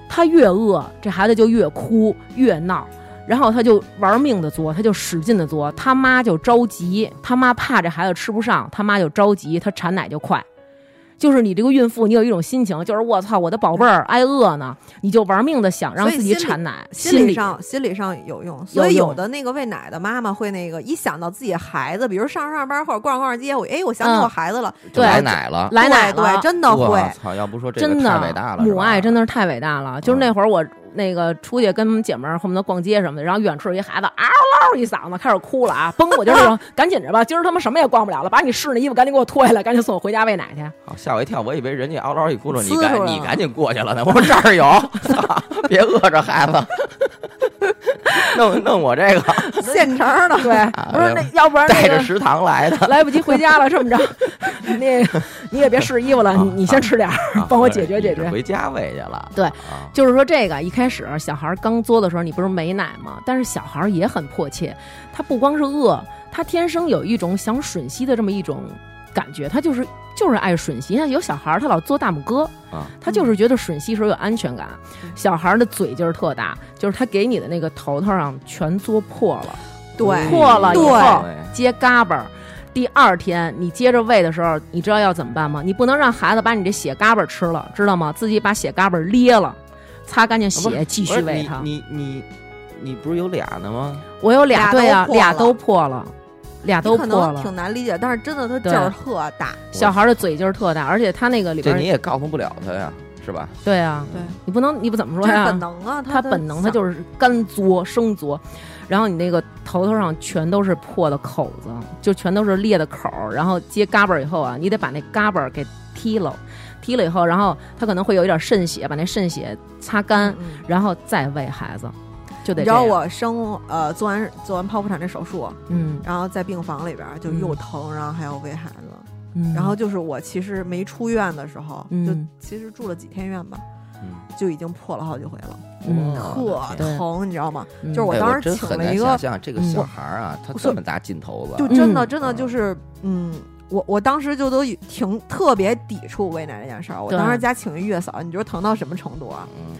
Speaker 1: 他越饿这孩子就越哭越闹，然后他就玩命的作，他就使劲的作，他妈就着急，他妈怕这孩子吃不上，他妈就着急，他产奶就快。就是你这个孕妇，你有一种心情，就是我操，我的宝贝儿挨饿呢，你就玩命的想让
Speaker 3: 所以
Speaker 1: 自己
Speaker 3: 心理
Speaker 1: 产奶，
Speaker 3: 心理上心理上有用，所以
Speaker 1: 有用
Speaker 3: 有的那个喂奶的妈妈会那个一想到自己孩子，比如上上班或者逛逛街，我哎，我想起
Speaker 1: 嗯
Speaker 3: 我孩子了，
Speaker 2: 就
Speaker 1: 对
Speaker 2: 来奶了，
Speaker 1: 来奶
Speaker 3: 对
Speaker 1: 了
Speaker 3: 对，真的会
Speaker 2: 我操！要不说这个
Speaker 1: 真的
Speaker 2: 太伟大了，嗯
Speaker 1: 母爱真
Speaker 2: 的
Speaker 1: 的是太伟大了。就是那会儿我那个出去跟姐们儿恨不得逛街什么的，然后远处有一孩子嗷嗷一嗓子开始哭了啊，崩！我就是 说赶紧着吧，今儿他妈什么也逛不了了，把你试那衣服赶紧给我脱下来，赶紧送我回家喂奶去。
Speaker 2: 好吓我一跳，我以为人家嗷嗷一咕噜，你
Speaker 3: 呲出
Speaker 2: 赶
Speaker 3: 来
Speaker 2: 你
Speaker 3: 了
Speaker 2: 赶紧过去了呢。我说这儿有，操别饿着孩子，弄弄我这个啊
Speaker 3: 现成儿的。
Speaker 1: 对，哎我说那要不然
Speaker 2: 带
Speaker 1: 那
Speaker 2: 着
Speaker 1: 个。
Speaker 2: 食堂 来的，
Speaker 1: 来不及回家了，这么着， 那 你也别试衣服了，
Speaker 2: 啊
Speaker 1: 你你先吃点儿，帮我解决解
Speaker 2: 你是
Speaker 1: 决。
Speaker 2: 回家喂去了，
Speaker 1: 对
Speaker 2: 啊
Speaker 1: 就是说，这个一开始小孩刚作的时候，你不是没奶吗？但是小孩也很迫切，他不光是饿，他天生有一种想吮吸的这么一种感觉，他就是就是爱吮吸。像有小孩儿，他老嘬大拇哥
Speaker 2: 啊，
Speaker 1: 他就是觉得吮吸时候有安全感。小孩儿的嘴劲儿特大，就是他给你的那个头头上全嘬破了，
Speaker 3: 对
Speaker 1: 破了以后
Speaker 2: 嗯对
Speaker 1: 接嘎巴儿。第二天你接着喂的时候，你知道要怎么办吗？你不能让孩子把你这血嘎巴儿吃了，知道吗？自己把血嘎巴儿咧了，擦干净
Speaker 2: 啊不是
Speaker 1: 血，继
Speaker 2: 不
Speaker 1: 续
Speaker 2: 是
Speaker 1: 喂
Speaker 2: 你
Speaker 1: 他。
Speaker 2: 你你你不是有俩呢吗？
Speaker 1: 我有俩
Speaker 3: 俩
Speaker 1: 对啊，
Speaker 3: 都破
Speaker 1: 俩
Speaker 3: 了
Speaker 1: 都破了，俩
Speaker 3: 你
Speaker 1: 都破
Speaker 3: 可能
Speaker 1: 了。
Speaker 3: 挺难理解，但是真的他啊
Speaker 1: 对
Speaker 3: 劲儿特大，
Speaker 1: 小孩儿的嘴劲儿特大，而且他那个里边
Speaker 2: 这
Speaker 1: 儿
Speaker 2: 你也告诉不了他呀，是吧？
Speaker 1: 对啊，
Speaker 3: 对
Speaker 1: 你不能你不怎么
Speaker 3: 这
Speaker 1: 说
Speaker 3: 是
Speaker 1: 呀？
Speaker 3: 本能啊，
Speaker 1: 他
Speaker 3: 的
Speaker 1: 本能他就是干嘬生嘬，然后你那个头头上全都是破的口子，就全都是裂的口儿，然后接嘎巴儿以后啊，你得把那嘎巴儿给踢了，踢了以后，然后他可能会有一点渗血，把那渗血擦干
Speaker 3: 想。，嗯
Speaker 1: 然后再喂孩子，就
Speaker 3: 你
Speaker 1: 得
Speaker 3: 知道
Speaker 1: 这样
Speaker 3: 我生呃做完做完剖腹产这手术，
Speaker 1: 嗯
Speaker 3: 然后在病房里边儿就
Speaker 1: 嗯
Speaker 3: 又疼，然后还要喂孩子，
Speaker 1: 嗯，
Speaker 3: 然后就是我其实没出院的时候，就
Speaker 1: 嗯
Speaker 3: 其实住了几天院吧，
Speaker 2: 嗯，
Speaker 3: 就已经破了好几回了，
Speaker 1: 嗯
Speaker 2: 哇
Speaker 3: 特
Speaker 1: 天
Speaker 3: 疼，你知道吗？
Speaker 1: 嗯
Speaker 3: 就是我
Speaker 2: 哎
Speaker 3: 当时
Speaker 2: 真
Speaker 3: 请
Speaker 2: 很
Speaker 3: 了
Speaker 2: 难
Speaker 3: 一个
Speaker 2: 想象这个
Speaker 1: 嗯
Speaker 2: 小孩儿啊，他这么大劲头子，
Speaker 3: 就真的
Speaker 1: 嗯
Speaker 3: 真的就是，嗯，我我当时就都挺特别抵触喂奶这件事儿。我
Speaker 1: 对
Speaker 3: 当时家请一月嫂，你知道疼到什么程度啊？
Speaker 2: 嗯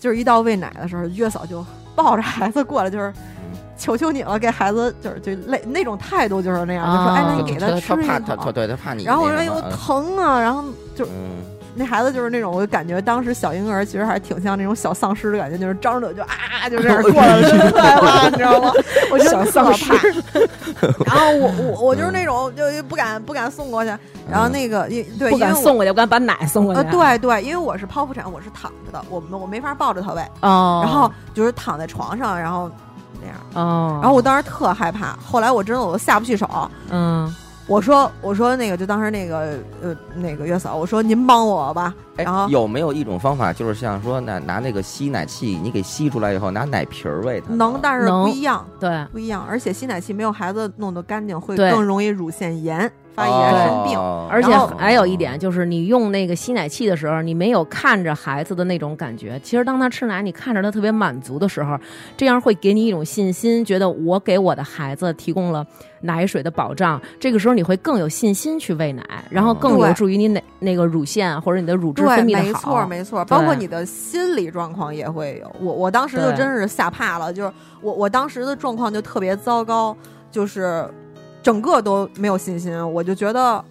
Speaker 3: 就是一到喂奶的时候，月嫂就抱着孩子过来，就是
Speaker 2: 嗯
Speaker 3: 求求你了，给孩子就是就累那种态度就是那样，就说
Speaker 1: 啊
Speaker 3: 哎，那
Speaker 2: 嗯他
Speaker 3: 你给他吃
Speaker 2: 他怕
Speaker 3: 一
Speaker 2: 他他
Speaker 3: 口。
Speaker 2: 对他怕你那什
Speaker 3: 然后
Speaker 2: 么。
Speaker 3: 我说哎呦疼啊，然后就
Speaker 2: 嗯，
Speaker 3: 那孩子就是那种，我就感觉当时小婴儿其实还挺像那种小丧尸的感觉，就是张着嘴就啊，就这样过 来了，对吧？你知道吗？我觉得
Speaker 1: 小
Speaker 3: 特
Speaker 1: 丧
Speaker 3: 怕。然后我我我就是那种就不敢不敢送过去，
Speaker 2: 嗯
Speaker 3: 然后那个因对
Speaker 1: 不
Speaker 3: 因为
Speaker 1: 敢
Speaker 3: 我
Speaker 1: 送过去，我敢把奶送过去
Speaker 3: 呃
Speaker 1: 啊。
Speaker 3: 对对，因为我是剖腹产，我是躺着的，我们我没法抱着他喂，
Speaker 1: 哦，
Speaker 3: 然后就是躺在床上，然后那样。
Speaker 1: 哦，
Speaker 3: 然后我当时特害怕，后来我真的我都下不去手。
Speaker 1: 嗯
Speaker 3: 我说我说那个就当时那个呃那个月嫂，我说您帮我吧。
Speaker 2: 哎
Speaker 3: 然后，
Speaker 2: 有没有一种方法，就是像说拿拿那个吸奶器，你给吸出来以后，拿奶瓶儿喂它呢？
Speaker 3: 能，但是不
Speaker 1: 嗯能
Speaker 3: 一样，
Speaker 1: 对
Speaker 3: 不一样。而且吸奶器没有孩子弄得干净，会
Speaker 1: 对
Speaker 3: 更容易乳腺炎发炎生病。
Speaker 2: 哦
Speaker 1: 而且
Speaker 3: 然后
Speaker 1: 还有一
Speaker 2: 嗯
Speaker 1: 点就是，你用那个吸奶器的时候，你没有看着孩子的那种感觉。其实当他吃奶，你看着他特别满足的时候，这样会给你一种信心，觉得我给我的孩子提供了奶水的保障。这个时候你会更有信心去喂奶，然
Speaker 2: 哦
Speaker 1: 后更
Speaker 3: 对
Speaker 1: 有助于你奶那个乳腺或者你的乳汁
Speaker 3: 对，
Speaker 1: 分泌
Speaker 3: 没
Speaker 1: 的
Speaker 3: 错，
Speaker 1: 好。
Speaker 3: 没错，
Speaker 1: 对
Speaker 3: 包括你的心理状况也会有。我我当时就
Speaker 1: 对
Speaker 3: 真是吓怕了，就是我我当时的状况就特别糟糕，就是整个都没有信心，我就觉得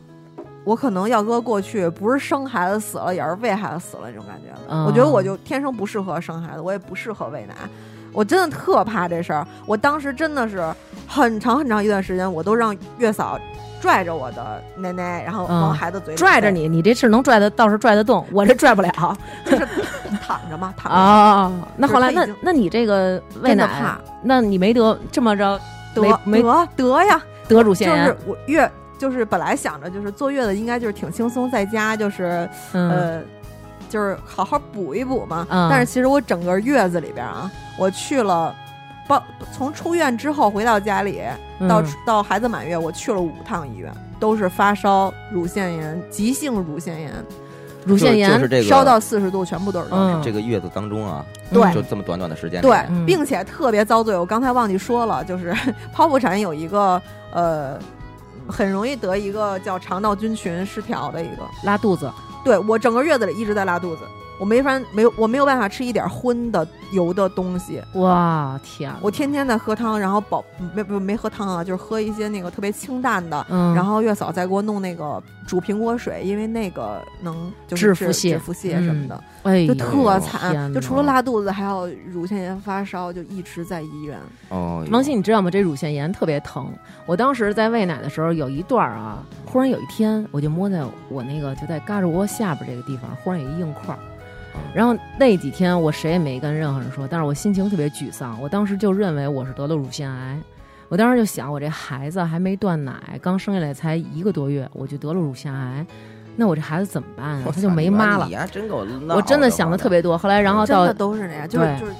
Speaker 3: 我可能要搁过去不是生孩子死了，也是喂孩子死了那种感觉。
Speaker 1: 嗯
Speaker 3: 我觉得我就天生不适合生孩子，我也不适合喂奶。我真的特怕这事儿，我当时真的是很长很长一段时间，我都让月嫂拽着我的奶奶，然后往
Speaker 1: 嗯
Speaker 3: 孩子嘴里
Speaker 1: 拽着
Speaker 3: 塞
Speaker 1: 你，你这是能拽得，倒是拽得动，我这拽不 了
Speaker 3: 就是躺着嘛，躺着。
Speaker 1: 啊。那
Speaker 3: 就是
Speaker 1: 后来，
Speaker 3: 他
Speaker 1: 那
Speaker 3: 已经
Speaker 1: 那你这个喂
Speaker 3: 真的
Speaker 1: 奶
Speaker 3: 怕，
Speaker 1: 那你没得这么着没
Speaker 3: 得
Speaker 1: 没
Speaker 3: 得得呀，
Speaker 1: 得乳
Speaker 3: 就
Speaker 1: 腺炎？
Speaker 3: 是我月就是本来想着就是坐月子应该就是挺轻松，在家就是
Speaker 1: 嗯，
Speaker 3: 呃就是好好补一补嘛。
Speaker 1: 嗯
Speaker 3: 但是其实我整个月子里边啊，我去了。包从出院之后回到家里，到、
Speaker 1: 嗯
Speaker 3: 到孩子满月，我去了五趟医院，都是发烧、乳腺炎、急性乳腺炎，
Speaker 1: 乳
Speaker 2: 就
Speaker 1: 腺炎
Speaker 2: 就是这个
Speaker 3: 烧到四十度，全部都是这
Speaker 1: 嗯
Speaker 3: 样。
Speaker 2: 这个月子当中啊，
Speaker 3: 对
Speaker 2: 就这么短短的时间里，
Speaker 3: 对，
Speaker 1: 嗯
Speaker 3: 并且特别遭罪。我刚才忘记说了，就是 剖腹产有一个呃，很容易得一个叫肠道菌群失调的一个。
Speaker 1: 拉肚子。
Speaker 3: 对我整个月子里一直在拉肚子，我没法没有我没有办法吃一点荤的油的东西，
Speaker 1: 哇天啊呐，
Speaker 3: 我天天在喝汤，然后保没不没喝汤啊，就是喝一些那个特别清淡的。
Speaker 1: 嗯，
Speaker 3: 然后月嫂再给我弄那个煮苹果水，因为那个能就是
Speaker 1: 治腹泻
Speaker 3: 治腹泻什么的，
Speaker 1: 哎呦，
Speaker 3: 就
Speaker 2: 嗯
Speaker 3: 特
Speaker 1: 天
Speaker 3: 惨，
Speaker 1: 呐
Speaker 3: 就除了拉肚子，还有乳腺炎发烧，就一直在医院。
Speaker 2: 哦，
Speaker 1: 王鑫，你知道吗？这乳腺炎特别疼。我当时在喂奶的时候，有一段儿啊，忽然有一天，我就摸在我那个就在胳肢窝下边这个地方，忽然有一硬块儿。
Speaker 2: 嗯
Speaker 1: 然后那几天我谁也没跟任何人说，但是我心情特别沮丧。我当时就认为我是得了乳腺癌，我当时就想，我这孩子还没断奶，刚生下来才一个多月，我就得了乳腺癌，那我这孩子怎么办啊？
Speaker 2: 我
Speaker 1: 他
Speaker 2: 操
Speaker 1: 就没
Speaker 2: 你
Speaker 1: 妈了
Speaker 2: 你。呀，真给我闹
Speaker 1: 我真的想的特别多，后来然后
Speaker 3: 真
Speaker 1: 啊到
Speaker 3: 的都是那样，就是
Speaker 1: 对
Speaker 3: 就是，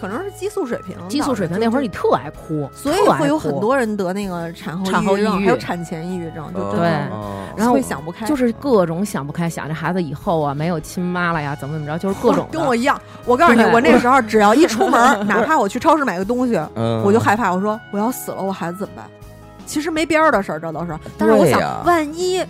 Speaker 3: 可能是激素水平导致，
Speaker 1: 激素水平那会儿，你
Speaker 3: 就
Speaker 1: 特爱哭，
Speaker 3: 所以
Speaker 1: 特爱
Speaker 3: 会有
Speaker 1: 哭
Speaker 3: 很多人得那个产后
Speaker 1: 产后
Speaker 3: 抑郁症，
Speaker 1: 抑郁
Speaker 3: 还有产前抑郁症，就
Speaker 2: 哦
Speaker 3: 真
Speaker 1: 对
Speaker 3: 的
Speaker 2: 哦
Speaker 1: 然后
Speaker 3: 会想不开，
Speaker 1: 就是各种想不开，想这孩子以后啊没有亲妈了呀，怎么怎么着，就是各种的
Speaker 3: 跟我一样。我告诉你，
Speaker 1: 对
Speaker 3: 我那时候只要一出门， 哪怕我去超市买个东西，
Speaker 2: 嗯，
Speaker 3: 我就害怕，我说我要死了，我孩子怎么办？其实没边儿的事儿，这都是。但是我
Speaker 2: 对
Speaker 3: 想
Speaker 2: 呀，
Speaker 3: 万一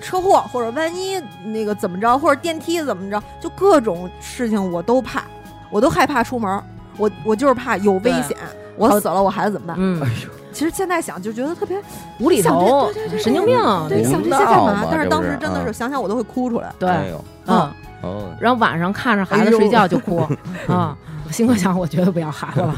Speaker 3: 车祸，或者万一那个怎么着，或者电梯怎么着，就各种事情我都怕，我都害怕出门。我我就是怕有危
Speaker 1: 对
Speaker 3: 险，我
Speaker 1: 好
Speaker 3: 死了，我孩子怎么办？
Speaker 1: 嗯
Speaker 2: 哎呦，
Speaker 3: 其实现在想就觉得特别
Speaker 1: 无厘头
Speaker 3: 想这对对对，对
Speaker 1: 神经病，
Speaker 3: 对，
Speaker 2: 无
Speaker 3: 想这些干
Speaker 2: 脑
Speaker 3: 嘛
Speaker 2: 嘛？
Speaker 3: 但是
Speaker 2: 这
Speaker 3: 当
Speaker 2: 不
Speaker 3: 时
Speaker 2: 是
Speaker 3: 真
Speaker 1: 啊
Speaker 3: 的是
Speaker 2: 嗯
Speaker 3: 想想我都会哭出来。
Speaker 2: 哎
Speaker 1: 对，
Speaker 2: 呦，
Speaker 1: 嗯，
Speaker 2: 哦，
Speaker 1: 然后晚上看着
Speaker 3: 哎
Speaker 1: 孩子睡觉就哭 啊。新哥想，我绝对不要孩子 了。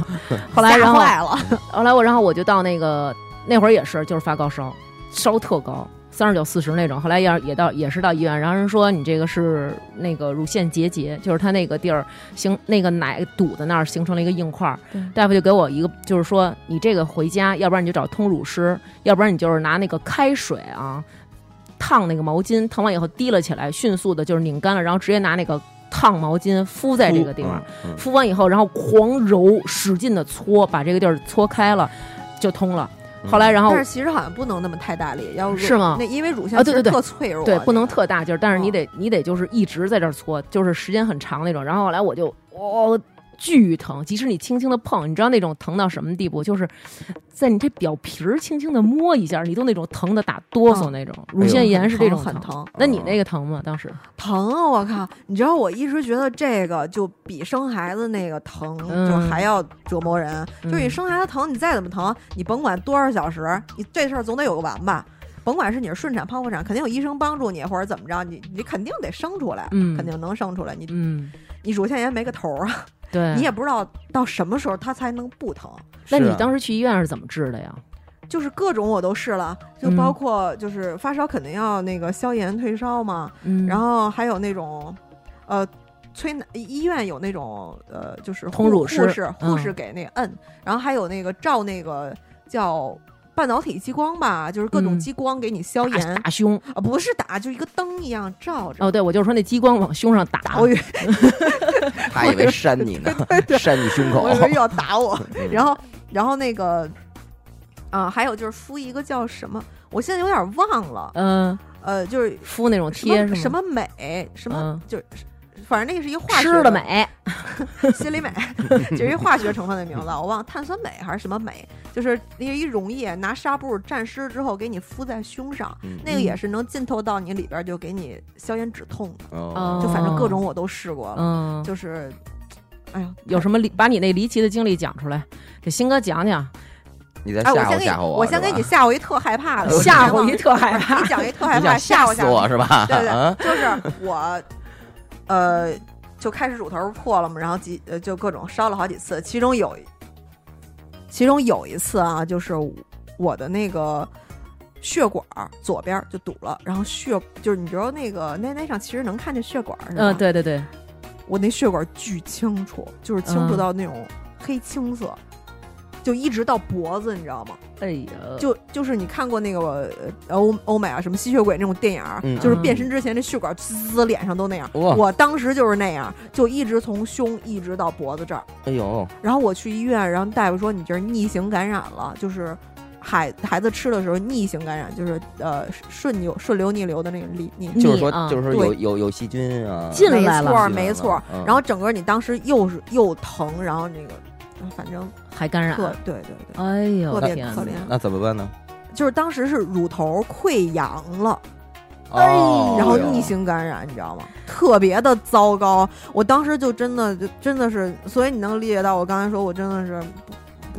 Speaker 1: 后来，
Speaker 3: 吓
Speaker 1: 然后
Speaker 3: 坏了，
Speaker 1: 后来我，然后我就到那个那会儿也是，就是发高烧，烧特高，三十九四十那种。后来也也到也是到医院，然后人说你这个是那个乳腺结节，就是他那个地儿形那个奶堵在那儿形成了一个硬块儿
Speaker 3: 对。
Speaker 1: 大夫就给我一个，就是说你这个回家，要不然你就找通乳师，要不然你就是拿那个开水啊烫那个毛巾，烫完以后滴了起来，迅速的就是拧干了，然后直接拿那个烫毛巾敷在这个地方。
Speaker 2: 嗯，
Speaker 1: 敷完以后，然后狂揉，使劲的搓，把这个地儿搓开了，就通了。
Speaker 2: 嗯
Speaker 1: 后来，然后
Speaker 3: 但是其实好像不能那么太大力，要乳
Speaker 1: 是吗
Speaker 3: 那因为乳腺
Speaker 1: 啊
Speaker 3: 其
Speaker 1: 对
Speaker 3: 实
Speaker 1: 对对
Speaker 3: 特脆弱，
Speaker 1: 对
Speaker 3: 这
Speaker 1: 不能
Speaker 3: 个
Speaker 1: 特大劲儿，但是你
Speaker 3: 嗯
Speaker 1: 得、你得就是一直在这儿搓，就是时间很长那种。然后后来我就哦巨疼，即使你轻轻的碰，你知道那种疼到什么地步？就是在你这表皮儿轻轻的摸一下，你都那种疼的打哆嗦那种。乳腺炎是这种
Speaker 3: 嗯哎很。疼嗯
Speaker 1: 那你那个疼吗？当时
Speaker 3: 疼啊！我靠，你知道我一直觉得这个就比生孩子那个疼
Speaker 1: 嗯
Speaker 3: 就还要折磨人，
Speaker 1: 嗯
Speaker 3: 就是你生孩子疼，你再怎么疼，你甭管多少小时，你这事儿总得有个完吧。甭管是你是顺产剖腹产，肯定有医生帮助你，或者怎么着，你你肯定得生出来，
Speaker 1: 嗯
Speaker 3: 肯定能生出来。你
Speaker 1: 嗯，
Speaker 3: 你乳腺炎没个头儿啊，
Speaker 1: 对。
Speaker 3: 你也不知道到什么时候它才能不疼。
Speaker 1: 那
Speaker 2: 是
Speaker 1: 你
Speaker 2: 啊
Speaker 1: 当时去医院是怎么治的呀？
Speaker 3: 就是各种我都试了，就
Speaker 1: 嗯
Speaker 3: 包括就是发烧肯定要那个消炎退烧嘛，
Speaker 1: 嗯，
Speaker 3: 然后还有那种，呃，催奶，医院有那种呃，就是
Speaker 1: 通
Speaker 3: 护
Speaker 1: 乳
Speaker 3: 护
Speaker 1: 师
Speaker 3: 士护
Speaker 1: 嗯
Speaker 3: 士给那摁，然后还有那个照那个叫半导体激光吧，就是各种
Speaker 1: 嗯
Speaker 3: 激光给你消炎
Speaker 1: 打打胸。
Speaker 3: 啊，不是打，就一个灯一样照着。
Speaker 1: 哦，对，我就是说那激光往胸上打，
Speaker 3: 我以为
Speaker 2: 还以为扇你呢，扇你胸口
Speaker 3: 我
Speaker 1: 哦
Speaker 3: 以。为又要 打我，
Speaker 2: 嗯
Speaker 3: 然后然后那个啊，还有就是敷一个叫什么，我现在有点忘了，
Speaker 1: 嗯，
Speaker 3: 呃，就是
Speaker 1: 敷那种
Speaker 3: 什
Speaker 1: 贴
Speaker 3: 么
Speaker 1: 是
Speaker 3: 什
Speaker 1: 吗？
Speaker 3: 么美什么，
Speaker 1: 嗯
Speaker 3: 就是反正那个是一个化学
Speaker 1: 吃的美，
Speaker 3: 心里美，就是一化学成分的名字，我忘了碳酸镁还是什么镁，就是那一溶液，拿纱布蘸湿之后给你敷在胸上，
Speaker 2: 嗯
Speaker 3: 那个也是能浸透到你里边儿，就给你消炎止痛的，
Speaker 2: 哦
Speaker 3: 就反正各
Speaker 1: 哦
Speaker 3: 种我都试过了，
Speaker 1: 嗯，
Speaker 3: 就是，哎呀，
Speaker 1: 有什么离把你那离奇的经历讲出来，给新哥讲 讲，
Speaker 2: 你在
Speaker 3: 哎，
Speaker 2: 吓
Speaker 3: 我先
Speaker 2: 唬
Speaker 3: 给你
Speaker 2: 吓唬，
Speaker 3: 我先给你
Speaker 2: 是吧
Speaker 3: 吓唬一特害怕的，我
Speaker 1: 吓
Speaker 3: 先
Speaker 1: 唬
Speaker 3: 往
Speaker 1: 一特害怕
Speaker 3: 你，讲一特害
Speaker 2: 你想
Speaker 3: 怕，吓唬
Speaker 2: 死
Speaker 3: 吓唬
Speaker 2: 我是吧？
Speaker 3: 对对
Speaker 2: 啊，
Speaker 3: 就是我，呃，就开始乳头破了嘛，然后几呃就各种烧了好几次，其中有，其中有一次啊，就是我的那个血管儿左边儿就堵了，然后血就是你知道那个奶奶上其实能看见血管儿是吧？
Speaker 1: 嗯，，对对对，
Speaker 3: 我那血管巨清楚，就是清
Speaker 1: 嗯
Speaker 3: 楚到那种黑青色。就一直到脖子，你知道吗？
Speaker 1: 哎呀，
Speaker 3: 就就是你看过那个呃欧欧美啊，什么吸血鬼那种电影儿，
Speaker 2: 嗯
Speaker 3: 就是变身之前这血管滋滋滋脸上都那样。
Speaker 2: 哇
Speaker 3: 我当时就是那样，就一直从胸一直到脖子这儿。
Speaker 2: 哎呦，
Speaker 3: 然后我去医院，然后大夫说你这是逆行感染了，就是孩孩子吃的时候逆行感染，就是呃顺流顺流逆流的那个逆逆。
Speaker 2: 就是说
Speaker 1: 你啊
Speaker 2: 就是说有有有细菌啊，
Speaker 1: 进
Speaker 3: 没
Speaker 1: 来了
Speaker 3: 错没错。
Speaker 2: 嗯
Speaker 3: 然后整个你当时又是又疼，然后那个呃反正
Speaker 1: 还感染，
Speaker 3: 特对对对，
Speaker 1: 哎呦
Speaker 3: 特别
Speaker 1: 天
Speaker 3: 可
Speaker 1: 哪，
Speaker 3: 怜。
Speaker 2: 那怎么办呢？
Speaker 3: 就是当时是乳头溃疡了。
Speaker 1: 哎
Speaker 2: 哦
Speaker 3: 然后
Speaker 2: 哎呦
Speaker 3: 逆行感染，你知道吗？特别的糟糕。我当时就真的就真的是，所以你能理解到我刚才说我真的是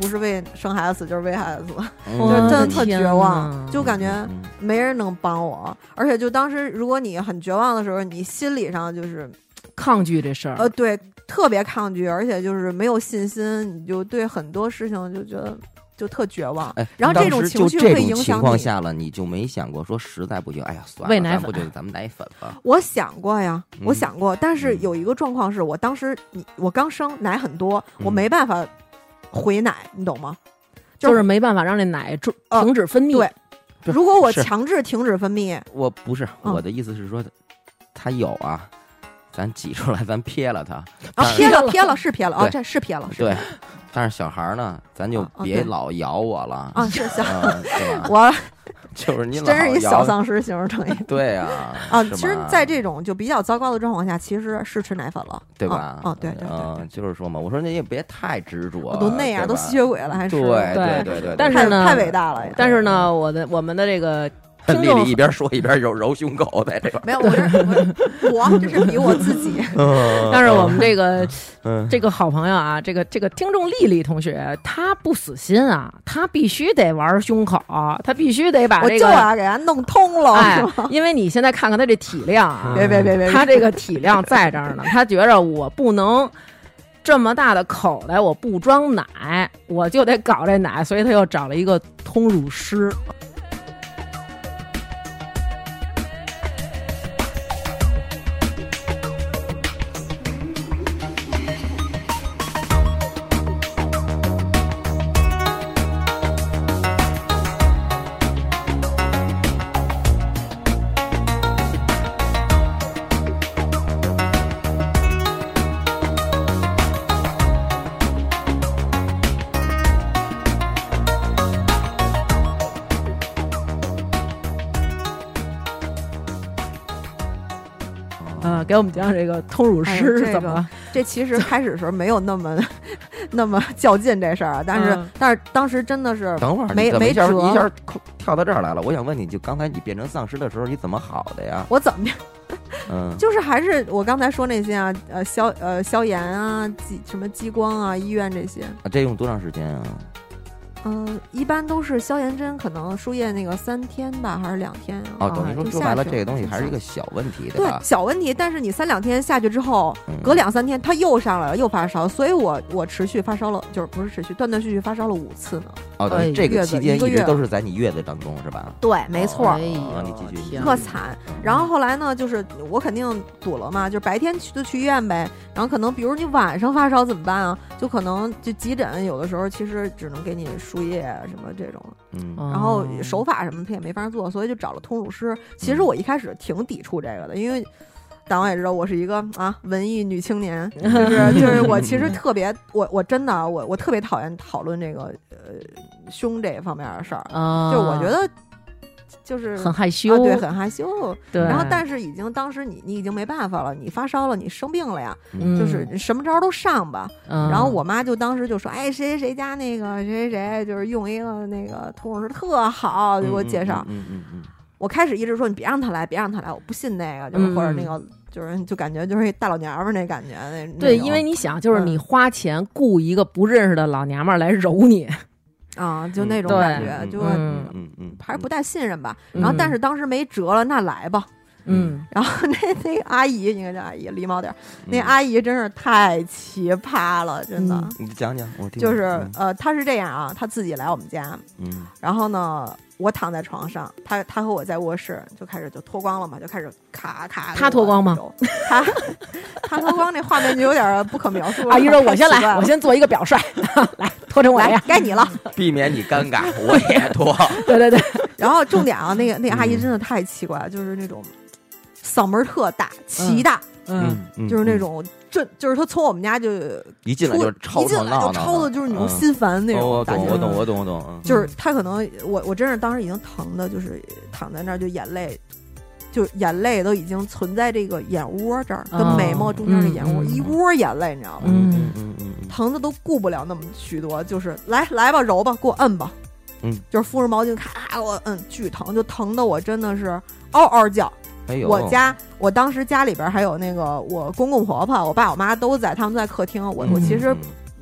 Speaker 3: 不不是为生孩子死，就是为孩子死，
Speaker 2: 嗯
Speaker 1: 我
Speaker 3: 就真的
Speaker 1: 天
Speaker 3: 特绝望，
Speaker 1: 哪
Speaker 3: 就感觉
Speaker 2: 嗯嗯
Speaker 3: 没人能帮我。而且就当时如果你很绝望的时候，你心理上就是
Speaker 1: 抗拒这事儿，
Speaker 3: 呃对特别抗拒，而且就是没有信心，你就对很多事情就觉得就特绝望。
Speaker 2: 哎，
Speaker 3: 然后
Speaker 2: 当
Speaker 3: 这种
Speaker 2: 时
Speaker 3: 情
Speaker 2: 就
Speaker 3: 绪
Speaker 2: 这
Speaker 3: 会
Speaker 2: 种
Speaker 3: 影
Speaker 2: 情
Speaker 3: 响
Speaker 2: 况
Speaker 3: 你
Speaker 2: 下了，你就没想过说实在不行，哎呀，算
Speaker 1: 喂
Speaker 2: 了，
Speaker 1: 奶
Speaker 2: 咱
Speaker 1: 粉
Speaker 2: 不
Speaker 3: 啊
Speaker 2: 就咱们奶粉吧。
Speaker 3: 我想过呀，
Speaker 2: 嗯
Speaker 3: 我想过，但是
Speaker 2: 嗯
Speaker 3: 有一个状况是我当时你我刚生奶很多，我
Speaker 2: 嗯
Speaker 3: 没办法回奶，你懂吗？就
Speaker 1: 就是没办法让这奶中
Speaker 3: 呃
Speaker 1: 停止分泌，
Speaker 3: 对
Speaker 2: 是
Speaker 3: 如果我
Speaker 2: 是
Speaker 3: 强制停止分泌，
Speaker 2: 我不是
Speaker 3: 嗯
Speaker 2: 我的意思是说，他有啊，咱挤出来，咱撇了他。
Speaker 3: 啊，
Speaker 2: 但
Speaker 3: 撇 了
Speaker 1: 了
Speaker 3: 撇了是撇了啊，
Speaker 2: 对
Speaker 3: 这是撇了是
Speaker 2: 对，但是小孩儿呢，咱就
Speaker 3: 啊啊
Speaker 2: 别
Speaker 3: 对
Speaker 2: 老咬我了
Speaker 3: 啊，是 小，
Speaker 2: 嗯对吧？
Speaker 3: 我
Speaker 2: 就是你老
Speaker 3: 真是一
Speaker 2: 咬
Speaker 3: 小
Speaker 2: 了
Speaker 3: 丧尸形容成语
Speaker 2: 对啊，
Speaker 3: 啊。
Speaker 2: 是
Speaker 3: 其实
Speaker 2: 吧，
Speaker 3: 在这种就比较糟糕的状况下，其实是吃奶粉了，
Speaker 2: 对
Speaker 3: 啊
Speaker 2: 吧？
Speaker 3: 啊，对对对对
Speaker 2: 嗯，，就是说嘛，我说你也别太执着，
Speaker 3: 我都那样，
Speaker 2: 对
Speaker 3: 都
Speaker 2: 吧
Speaker 3: 吸血鬼了还
Speaker 2: 对
Speaker 3: 吃，
Speaker 2: 对
Speaker 1: 对
Speaker 2: 对对，
Speaker 1: 但
Speaker 3: 太
Speaker 1: 是呢
Speaker 3: 太伟大了呀。
Speaker 1: 但是呢，我的我们的这个听
Speaker 2: 丽
Speaker 1: 众
Speaker 2: 丽一边说一边揉揉胸口，在 这块儿。
Speaker 3: 没有，我这是我我这是比我自己
Speaker 2: 呃
Speaker 1: 但是我们这个
Speaker 2: 嗯
Speaker 1: 这个好朋友啊，这个这个听众丽丽同学，她不死心啊，她必须得玩胸口，她必须得 把
Speaker 3: 我
Speaker 1: 这
Speaker 3: 就啊
Speaker 1: 个
Speaker 3: 要给他弄通了，
Speaker 1: 哎
Speaker 3: 是吧？，
Speaker 1: 因为你现在看看她这体量啊，
Speaker 3: 别别别别，
Speaker 1: 她这个体量在这儿呢，她觉着我不能。这么大的口袋，我不装奶，我就得搞这奶，所以她又找了一个通乳师。
Speaker 3: 哦
Speaker 1: 呃，给我们讲讲这个通乳
Speaker 3: 哎
Speaker 1: 师
Speaker 3: 这
Speaker 1: 是怎么
Speaker 3: 个
Speaker 1: 了？
Speaker 3: 这其实开始的时候没有那么 那么较劲这事儿啊，但是、
Speaker 1: 嗯
Speaker 3: 但是当时真的是
Speaker 2: 等会儿，你
Speaker 3: 没
Speaker 2: 怎么
Speaker 3: 没
Speaker 2: 一下
Speaker 3: 辙
Speaker 2: 一下扣跳到这儿来了。我想问你，就刚才你变成丧尸的时候，你怎么好的呀？
Speaker 3: 我怎么 样，
Speaker 2: 嗯，
Speaker 3: 就是还是我刚才说那些啊，呃消呃消炎啊，激什么激光啊，医院这些，
Speaker 2: 啊这用多长时间啊？
Speaker 3: 嗯、一般都是消炎针，可能输液那个三天吧，还是两天啊？
Speaker 2: 哦，等于说
Speaker 3: 就
Speaker 2: 说
Speaker 3: 下
Speaker 2: 白了，
Speaker 3: 去
Speaker 2: 这个东西还是一。
Speaker 3: 就
Speaker 2: 个小问题，
Speaker 3: 对
Speaker 2: 吧？
Speaker 3: 小问题，但是你三两天下去之后，
Speaker 2: 嗯
Speaker 3: 隔两三天它又上来了，又发烧，所以我我持续发烧了，就是不是持续断断续续发烧了五次呢。
Speaker 2: 哦，对，
Speaker 1: 哎
Speaker 2: 这个
Speaker 3: 月
Speaker 2: 期
Speaker 3: 子
Speaker 2: 间
Speaker 3: 一个
Speaker 2: 一直
Speaker 3: 月
Speaker 2: 都是在你月子当中是吧？
Speaker 3: 对，没错儿
Speaker 1: 哎，呦
Speaker 2: 啊你继续嗯
Speaker 1: 天
Speaker 3: 特
Speaker 1: 哪
Speaker 3: 惨。然后后来呢，就是我肯定堵了嘛，就白天去就去医院呗。然后可能比如你晚上发烧怎么办啊？就可能就急诊，有的时候其实只能给你输液啊什么这种，
Speaker 2: 嗯
Speaker 1: 哦
Speaker 3: 然后手法什么他也没法做，所以就找了通乳师。其实我一开始挺抵触这个的，因为。大王也知道我是一个啊文艺女青年，
Speaker 2: 嗯
Speaker 3: 就是就是我其实特别我我真的啊我我特别讨厌讨论这个呃胸这方面的事儿，
Speaker 1: 啊，
Speaker 3: 就我觉得就是
Speaker 1: 很害羞，
Speaker 3: 啊，对，很害羞。
Speaker 1: 对
Speaker 3: 然后，但是已经当时你你已经没办法了，你发烧了，你生病了呀，
Speaker 1: 嗯
Speaker 3: 就是什么招儿都上吧。
Speaker 1: 嗯
Speaker 3: 然后我妈就当时就说：“哎，谁谁谁家那个谁谁谁，就是用一个那个同事特好，就给我介绍。
Speaker 2: 嗯嗯嗯
Speaker 3: 我开始一直说：“你别让他来，别让他来，我不信那个，就是、
Speaker 1: 嗯
Speaker 3: 或者那个，就是就感觉就是一大老娘们儿那感觉。那”那嗯
Speaker 1: 对，
Speaker 3: 种
Speaker 1: 因为你想，就是你花钱雇一个不认识的老娘们儿来揉你，
Speaker 3: 啊，就那种
Speaker 1: 嗯对
Speaker 3: 感觉，就
Speaker 1: 嗯
Speaker 2: 嗯嗯嗯，
Speaker 3: 还是不太信任吧。
Speaker 1: 嗯
Speaker 3: 然后，但是当时没辙了，那来吧。
Speaker 1: 嗯，
Speaker 3: 然后 那那个阿姨，应该叫阿姨，礼貌点儿。那阿姨真是太奇葩了，真的。
Speaker 1: 嗯
Speaker 2: 嗯你讲讲，我听听
Speaker 3: 就是呃，她是这样啊，她自己来我们家，
Speaker 2: 嗯
Speaker 3: 然后呢，我躺在床上，她她和我在卧室就开始就脱光了嘛，就开始咔咔。
Speaker 1: 她脱光吗？
Speaker 3: 她她脱光那画面就有点不可描述了。
Speaker 1: 阿姨说：“啊我先
Speaker 3: 太奇怪
Speaker 1: 来，
Speaker 3: 了
Speaker 1: 我先做一个表率， 来拖成我
Speaker 3: 来
Speaker 1: 呀。
Speaker 3: 该你 了。
Speaker 2: 嗯，避免你尴尬，我
Speaker 3: 嗯
Speaker 2: 也脱，”
Speaker 1: 对对对，
Speaker 3: 然后重点啊，那个那阿姨
Speaker 2: 嗯
Speaker 3: 真的太奇怪了，就是那种嗓门儿特大，奇大，
Speaker 1: 嗯，
Speaker 2: 嗯
Speaker 3: 就是那
Speaker 2: 嗯
Speaker 3: 种这就是她从我们家就
Speaker 2: 一进来就吵
Speaker 3: 一进
Speaker 2: 吵
Speaker 3: 来
Speaker 2: 闹
Speaker 3: 就
Speaker 2: 闹的，
Speaker 3: 抄的就是那种
Speaker 2: 嗯
Speaker 3: 心烦那
Speaker 2: 哦
Speaker 3: 种
Speaker 2: 我
Speaker 3: 感
Speaker 2: 懂，
Speaker 3: 觉。
Speaker 2: 我懂，我懂，我懂，嗯
Speaker 3: 就是他可能我我真是当时已经疼的，就是躺在那儿就眼泪，就眼泪都已经存在这个眼窝这儿，跟
Speaker 1: 哦
Speaker 3: 眉毛中间的眼窝、
Speaker 1: 嗯嗯
Speaker 3: 一窝眼泪，你知道吗？
Speaker 2: 嗯嗯嗯嗯
Speaker 3: 疼的都顾不了那么许多，就是来来吧，揉吧，给我摁吧，
Speaker 2: 嗯，
Speaker 3: 就是敷着毛巾，咔给我摁，巨疼，就疼的我真的是嗷嗷叫。
Speaker 2: 哎呦，
Speaker 3: 我家我当时家里边还有那个我公公婆婆，我爸我妈都在，他们都在客厅，我我其实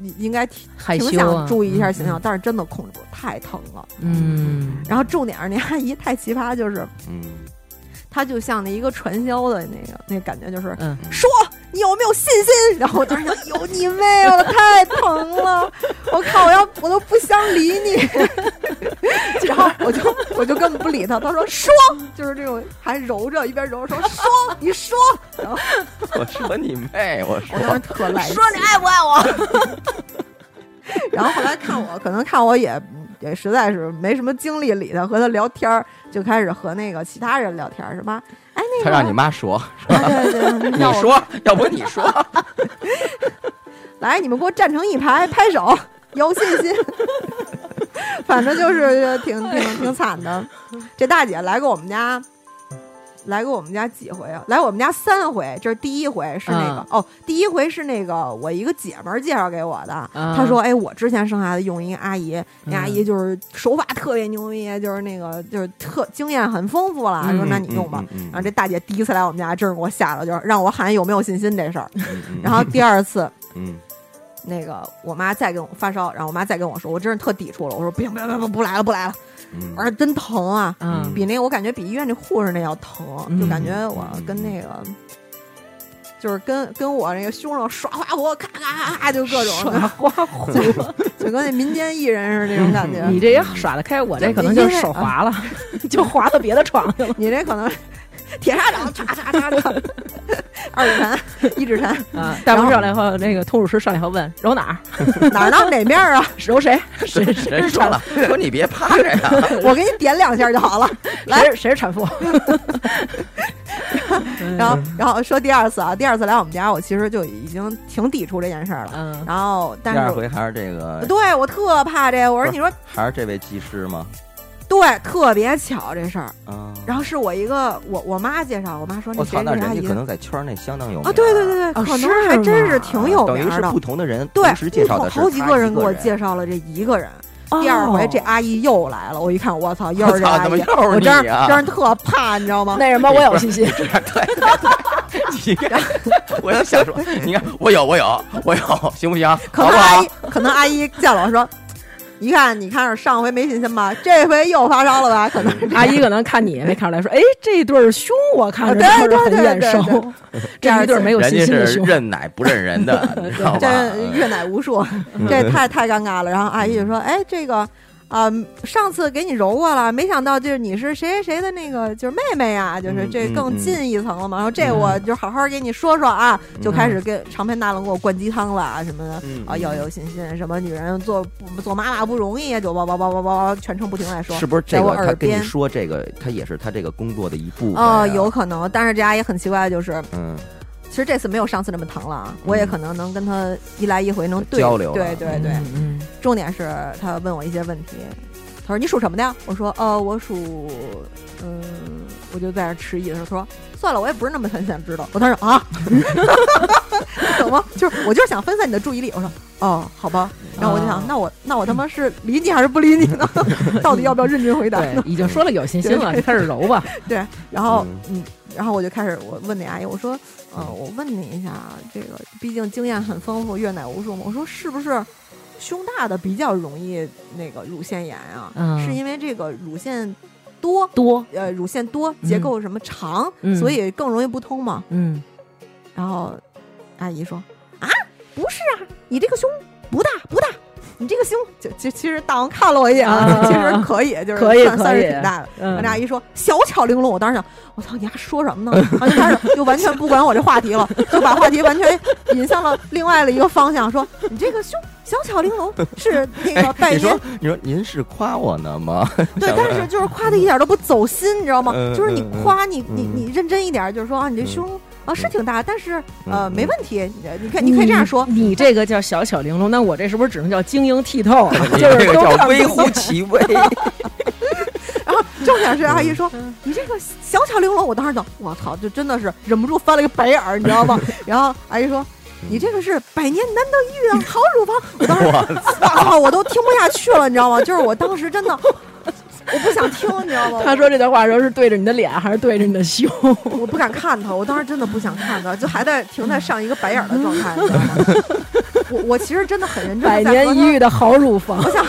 Speaker 2: 嗯
Speaker 3: 应应该挺
Speaker 1: 害
Speaker 3: 挺
Speaker 1: 羞
Speaker 3: 想
Speaker 1: 啊，
Speaker 3: 注意一下形象，但是真的控制不住，太疼了。
Speaker 1: 嗯，
Speaker 3: 然后重点是那阿姨太奇葩，就是
Speaker 2: 嗯
Speaker 3: 她就像那一个传销的那个那感觉，就是
Speaker 1: 嗯
Speaker 3: 说你有没有信心？ 然后我当时想，有你妹啊！我太疼了，我靠，我要我都不想理你。 然后我就我就根本不理她，她说说，就是这种还揉着一边揉着说说你说，
Speaker 2: 嗯，我说你妹，我说
Speaker 3: 我当时特来气。
Speaker 1: 你爱不爱我？
Speaker 3: 然后后来看我，可能看我也也实在是没什么精力理她，和她聊天儿，就开始和那个其他人聊天儿，什么哎那
Speaker 2: 他
Speaker 3: 个
Speaker 2: 让你妈说，
Speaker 3: 啊 对对，
Speaker 2: 你
Speaker 3: 让我哦
Speaker 2: 说，要不你说，
Speaker 3: 来，你们给我站成一排，拍手，有信心。反正就是挺
Speaker 2: 哎
Speaker 3: 挺挺惨的。这大姐来过我们家，来过我们家几回啊？来我们家三回，这是第一回是那个、
Speaker 2: 嗯
Speaker 3: 哦，第一回是那个我一个姐们儿介绍给我的。
Speaker 2: 嗯
Speaker 1: 啊
Speaker 3: 她说：“哎，我之前生孩子用一个阿姨，那阿
Speaker 1: 嗯
Speaker 3: 姨就是手法特别牛逼，就是那个就是特经验很丰富了。说
Speaker 1: 嗯
Speaker 3: 那你用吧。
Speaker 2: 嗯，嗯
Speaker 3: 然后这大姐第一次来我们家，真是给我吓了，就是让我喊有没有信心这事儿。
Speaker 2: 嗯嗯
Speaker 3: 然后第二次，
Speaker 2: 嗯
Speaker 3: 那个我妈再跟我发烧，然后我妈再跟我说，我真是特抵触了。我说不行，不行，不行，不来了，不来了。
Speaker 2: 嗯
Speaker 3: 我说真疼啊，
Speaker 1: 啊
Speaker 2: 嗯
Speaker 3: 比那我感觉比医院那护士那要疼，
Speaker 1: 嗯
Speaker 3: 就感觉我跟那个。就是跟跟我那个胸上刷花火，咔咔咔咔，就各种
Speaker 1: 耍花虎，
Speaker 3: 就跟那民间艺人似的那种感觉。
Speaker 1: 嗯你这也耍得开，我这可能就是手滑了， 就滑到别的床去了
Speaker 3: 你这可能是铁砂掌，嚓嚓嚓嚓， 二指禅、一指禅，
Speaker 1: 啊。大夫上来以后，那个通乳师上来以后问揉哪儿，
Speaker 3: 哪儿呢？哪面儿啊？
Speaker 1: 揉谁， 谁
Speaker 2: 谁谁 说 了？说你别趴着呀，
Speaker 3: 我给你点两下就好了。来
Speaker 1: 谁是谁是产妇？
Speaker 2: 嗯
Speaker 3: 然后，然后说第二次啊，第二次来我们家，我其实就已经挺抵触这件事儿了。
Speaker 1: 嗯，
Speaker 3: 然后，但
Speaker 2: 第二
Speaker 3: 是
Speaker 2: 回嗯还是这个，
Speaker 3: 对我特怕这，我
Speaker 2: 不
Speaker 3: 说
Speaker 2: 是
Speaker 3: 你说
Speaker 2: 还是这位技师吗？
Speaker 3: 对，特别巧这事儿。
Speaker 2: 啊，
Speaker 3: 然后是我一个我我妈介绍，我妈说那
Speaker 2: 我操，
Speaker 3: 谁
Speaker 2: 那
Speaker 3: 谁
Speaker 2: 人
Speaker 3: 阿
Speaker 2: 家
Speaker 3: 姨
Speaker 2: 可能在圈儿内相当有名啊
Speaker 3: 啊，对对对对，
Speaker 1: 啊
Speaker 3: 可
Speaker 1: 是
Speaker 3: 能还真是
Speaker 1: 吗
Speaker 3: 挺有
Speaker 2: 等
Speaker 3: 名
Speaker 2: 于是
Speaker 3: 儿的
Speaker 2: 不。同的人
Speaker 3: 对
Speaker 2: 同时介绍的是
Speaker 3: 好几
Speaker 2: 他
Speaker 3: 个
Speaker 2: 一人
Speaker 3: 给我介绍了这一个人。第
Speaker 1: 哦
Speaker 3: 二回这阿姨又来了，我一看，我操，又
Speaker 2: 我
Speaker 3: 是这
Speaker 2: 操，
Speaker 3: 阿
Speaker 2: 怎么
Speaker 3: 姨，
Speaker 2: 又是
Speaker 3: 我
Speaker 2: 你
Speaker 3: 真是
Speaker 2: 啊？
Speaker 3: 真是特怕，你知道吗？
Speaker 1: 那什么，我有信 心。
Speaker 2: 对对对，你看， 我就想 说，你看我有我有我有，行不行？
Speaker 3: 可
Speaker 2: 好不
Speaker 3: 能阿
Speaker 2: 好
Speaker 3: 姨？，可能阿姨见了我说：“你看，你看，上回没信心吧，这回又发烧了 吧？”可能是这样
Speaker 1: 阿姨可能看你没看出来，说：“哎，这对儿胸我看着
Speaker 3: 啊
Speaker 1: 就是
Speaker 3: 对
Speaker 1: 很
Speaker 3: 对对
Speaker 1: 眼
Speaker 3: 对
Speaker 1: 熟， 这一对儿没有
Speaker 2: 人
Speaker 1: 信
Speaker 2: 家
Speaker 1: 心的
Speaker 2: 是
Speaker 1: 胸。”
Speaker 2: 认奶不认人 的，你知道吧？ 嗯
Speaker 3: 这阅奶无数，这也太太尴尬了。然后阿姨就说：“哎，这个。”啊、上次给你揉过了，没想到就是你是谁谁谁的那个就是妹妹呀、就是
Speaker 2: 嗯
Speaker 3: 这
Speaker 2: 嗯
Speaker 3: 更
Speaker 2: 嗯
Speaker 3: 近一层了嘛。然后这我就好好给你说说啊，就
Speaker 2: 嗯
Speaker 3: 开始跟长篇大论给我灌鸡汤了啊什么的。
Speaker 2: 嗯
Speaker 3: 啊，要有信心，什么女人做不做妈妈不容易，就哇哇哇哇哇哇，全程不停地在说。
Speaker 2: 是不是这
Speaker 3: 在我
Speaker 2: 个他
Speaker 3: 耳
Speaker 2: 跟
Speaker 3: 边
Speaker 2: 你说这个，他也是他这个工作的一部分
Speaker 3: 啊、
Speaker 2: 呀
Speaker 3: 有可能，但是这阿姨很奇怪，就是
Speaker 2: 嗯
Speaker 3: 其实这次没有上次那么疼了啊，我也可能能跟她一来一回能对
Speaker 2: 交流了
Speaker 3: 对对对，
Speaker 1: 嗯嗯
Speaker 3: 重点是她问我一些问题，她说你属什么的呀？我说呃，我属嗯，我就在那迟疑的时候，她说算了，我也不是那么很想知道。我当时啊， 你懂吗？就是我就是想分散你的注意力。我说哦，好吧。然后我就想，
Speaker 1: 哦
Speaker 3: 那我那我他妈是理你还是不理你呢？到底要不要认真回答呢
Speaker 1: 对，？已经说了有信心了，
Speaker 3: 对
Speaker 1: 就开始揉吧。
Speaker 3: 对，然后嗯，然后我就开始我问那阿姨，我说，呃，我问你一下啊，这个毕竟经验很丰富，阅奶无数嘛，我说是不是胸大的比较容易那个乳腺炎啊？
Speaker 1: 嗯
Speaker 3: 是因为这个乳腺多，
Speaker 1: 多，
Speaker 3: 呃，乳腺多结
Speaker 1: 嗯
Speaker 3: 构什么长，
Speaker 1: 嗯
Speaker 3: 所以更容易不通嘛。
Speaker 1: 嗯，
Speaker 3: 然后阿姨说：“啊，不是啊，你这个胸不大不大，你这个胸就就其实大王看了我一眼，
Speaker 1: 啊
Speaker 3: 其实可以，就是
Speaker 1: 可以
Speaker 3: 算算
Speaker 1: 可
Speaker 3: 是
Speaker 1: 以
Speaker 3: 挺大的。
Speaker 1: 嗯
Speaker 3: 那阿姨说小巧玲珑，我当时想，我操，你还说什么呢？ 然后就开始就完全不管我这话题了，就把话题完全引向了另外的一个方向，说你这个胸小巧玲珑是 那个拜
Speaker 2: 哎你
Speaker 3: 年
Speaker 2: 说你说您是夸我呢吗？
Speaker 3: 对，但是就是夸的一点都不走心，你知道吗？
Speaker 2: 嗯
Speaker 3: 就是你
Speaker 2: 嗯嗯
Speaker 3: 夸你你
Speaker 2: 嗯
Speaker 3: 你认真一点，就是说啊，你这
Speaker 2: 嗯
Speaker 3: 胸啊是挺大，但是呃
Speaker 2: 嗯
Speaker 3: 没问题，你你可以你可以这样说，
Speaker 1: 哦你你这个叫小巧玲珑，那我这是不是只能叫晶莹剔透啊？
Speaker 2: 你
Speaker 1: 就
Speaker 2: 这
Speaker 1: 是
Speaker 2: 个
Speaker 1: 都
Speaker 2: 叫
Speaker 1: 看不
Speaker 2: 微
Speaker 1: 清
Speaker 2: 乎其 微，
Speaker 3: 然后重点是阿姨说：“
Speaker 1: 嗯
Speaker 3: 你这个小巧玲珑。”我当时就，我操，就真的是忍不住翻了个白眼儿，你 知道吗？然后阿姨说：“你这个是百年难得一遇的好 乳房。”我当时，我操，我都听不下去了，你知道吗？就是我当时真的，我不想听，你知道吗？
Speaker 1: 他说这段话的时候是对着你的脸还是对着你的 胸？
Speaker 3: 我不敢看他，我当时真的不想看他，就还在停在上一个白眼儿的状态，你知道吗？ 我我其实真的很认真，
Speaker 1: 百年一遇的好乳 房，
Speaker 3: 我想，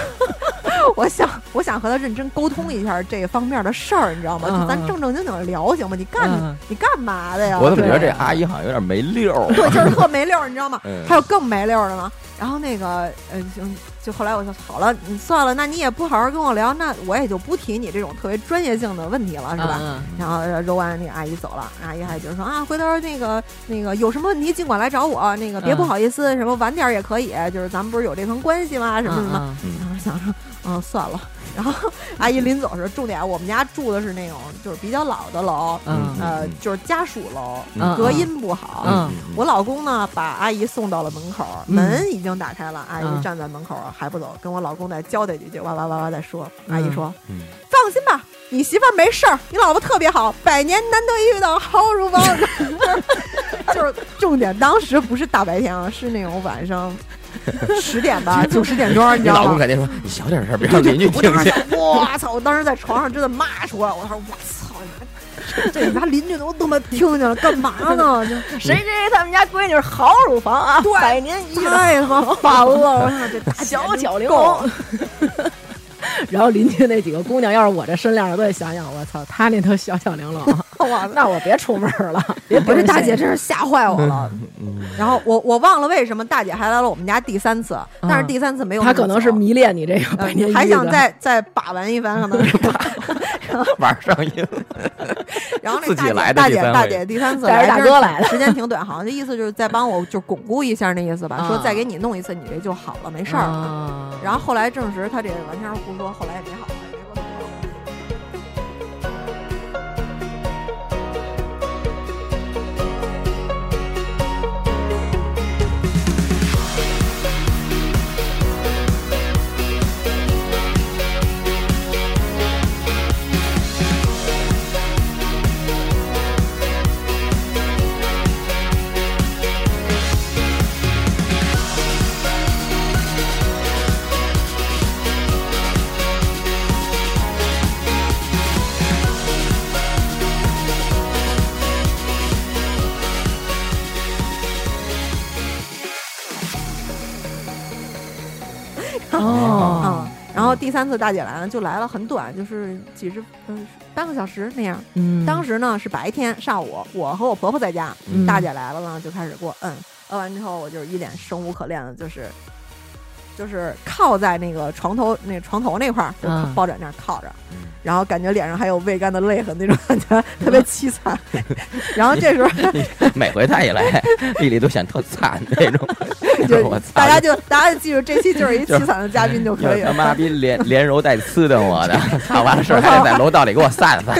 Speaker 3: 我想，我想和他认真沟通一下这方面的事儿，你知道吗？
Speaker 1: 嗯
Speaker 3: 就咱正正经经的聊行吗？你干、
Speaker 1: 嗯
Speaker 3: 你干嘛的呀？
Speaker 2: 我怎么觉得这
Speaker 1: 对
Speaker 2: 阿姨好像有点没溜儿？啊
Speaker 3: 对， 就是特没溜儿，你知道吗？
Speaker 2: 嗯
Speaker 3: 还有更没溜儿的呢。然后那个，嗯、行，就后来我就好了，你算了，那你也不好好跟我聊，那我也就不提你这种特别专业性的问题了，是吧？
Speaker 1: 嗯
Speaker 3: 然后呃揉完，那个阿姨走了，阿姨还就是说啊，回头那个那个有什么问题尽管来找我，那个别
Speaker 1: 嗯
Speaker 3: 不好意思，什么晚点儿也可以，就是咱们不是有这层关系吗？什么什么，
Speaker 1: 嗯
Speaker 3: 当时想着，嗯，算了。然后阿姨临走的时候，重点我们家住的是那种就是比较老的楼，
Speaker 1: 嗯嗯
Speaker 3: 呃，就是家属楼，
Speaker 1: 嗯
Speaker 3: 隔音不好。
Speaker 1: 嗯
Speaker 3: 我老公呢，把阿姨送到了门口，
Speaker 1: 嗯
Speaker 3: 门已经打开了，阿姨
Speaker 1: 嗯
Speaker 3: 站在门口还不走，跟我老公在交代几句，哇哇哇哇在说。
Speaker 1: 嗯
Speaker 3: 阿姨说：“
Speaker 2: 嗯
Speaker 3: 放心吧，你媳妇儿没事儿，你老婆特别好，百年难得一遇的好乳房。” 就是重点，当时不是大白天啊，是那种晚上十点 吧，九十点钟，你
Speaker 2: 你
Speaker 3: 知道
Speaker 2: 老
Speaker 3: 吗
Speaker 2: 公？肯定说你小点声，别让邻居
Speaker 3: 我
Speaker 2: 听
Speaker 3: 当时
Speaker 2: 见。
Speaker 3: 在，哇操！我当时在床上真的骂出来，我说我操，你妈这你们家邻居都他妈听见了，干嘛呢？就
Speaker 4: 谁知他们家闺女好乳房啊，
Speaker 3: 对
Speaker 4: 百年一遇的
Speaker 3: 太他妈烦了，我想这大姐
Speaker 4: 小巧玲
Speaker 3: 够
Speaker 4: 珑。
Speaker 1: 然后邻居那几个姑娘，要是我这身量，都得想想，我操，她那都小巧玲 珑，
Speaker 3: 哇，
Speaker 1: 那我别出门了，别
Speaker 3: 我
Speaker 1: 不
Speaker 3: 这大姐真是吓坏我了。
Speaker 1: 嗯
Speaker 3: 然后我我忘了为什么大姐还来了我们家第三次，但是第三次没有那
Speaker 1: 啊她可
Speaker 3: 么久，
Speaker 1: 能是迷恋你这个
Speaker 3: 呃
Speaker 1: 百年一遇的，
Speaker 3: 还想再再把玩一番，可能是。
Speaker 2: 玩上瘾，
Speaker 3: 然后那
Speaker 2: 自己
Speaker 3: 大姐
Speaker 2: 来的
Speaker 3: 大
Speaker 2: 第
Speaker 3: 姐
Speaker 2: 三
Speaker 3: 大
Speaker 2: 回
Speaker 3: 姐第三次
Speaker 1: 带着大
Speaker 3: 就是
Speaker 1: 哥来了
Speaker 3: 时间挺短，好像这意思就是再帮我就巩固一下那意思吧，
Speaker 1: 啊
Speaker 3: 说再给你弄一次，你这就好了，没事儿了。
Speaker 1: 啊
Speaker 3: 然后后来证实他这完全是胡说，后来也没好。也没说
Speaker 1: 哦，
Speaker 3: 嗯，然后第三次大姐来了，就来了很短，就是几十嗯半个小时那样。
Speaker 1: 嗯
Speaker 3: 当时呢是白天上午，我和我婆婆在家，大姐来了呢就开始给我摁，摁完之后我就是一脸生无可恋的，就是就是靠在那个床头那床头那块儿，就
Speaker 1: 嗯
Speaker 3: 抱枕那儿靠着。
Speaker 2: 嗯
Speaker 3: 然后感觉脸上还有未干的泪痕，那种感觉特别 凄惨。然后这时候
Speaker 2: 每回他一来， 丽丽都显特惨那种。
Speaker 3: 就
Speaker 2: 我操！
Speaker 3: 大家就大家就记住，这期就是一
Speaker 2: 就是
Speaker 3: 凄惨的嘉宾就
Speaker 2: 你
Speaker 3: 可
Speaker 2: 们
Speaker 3: 以
Speaker 2: 他
Speaker 3: 了。
Speaker 2: 妈逼连连揉带呲的我 的，操完了事儿还得在楼道里给我散散。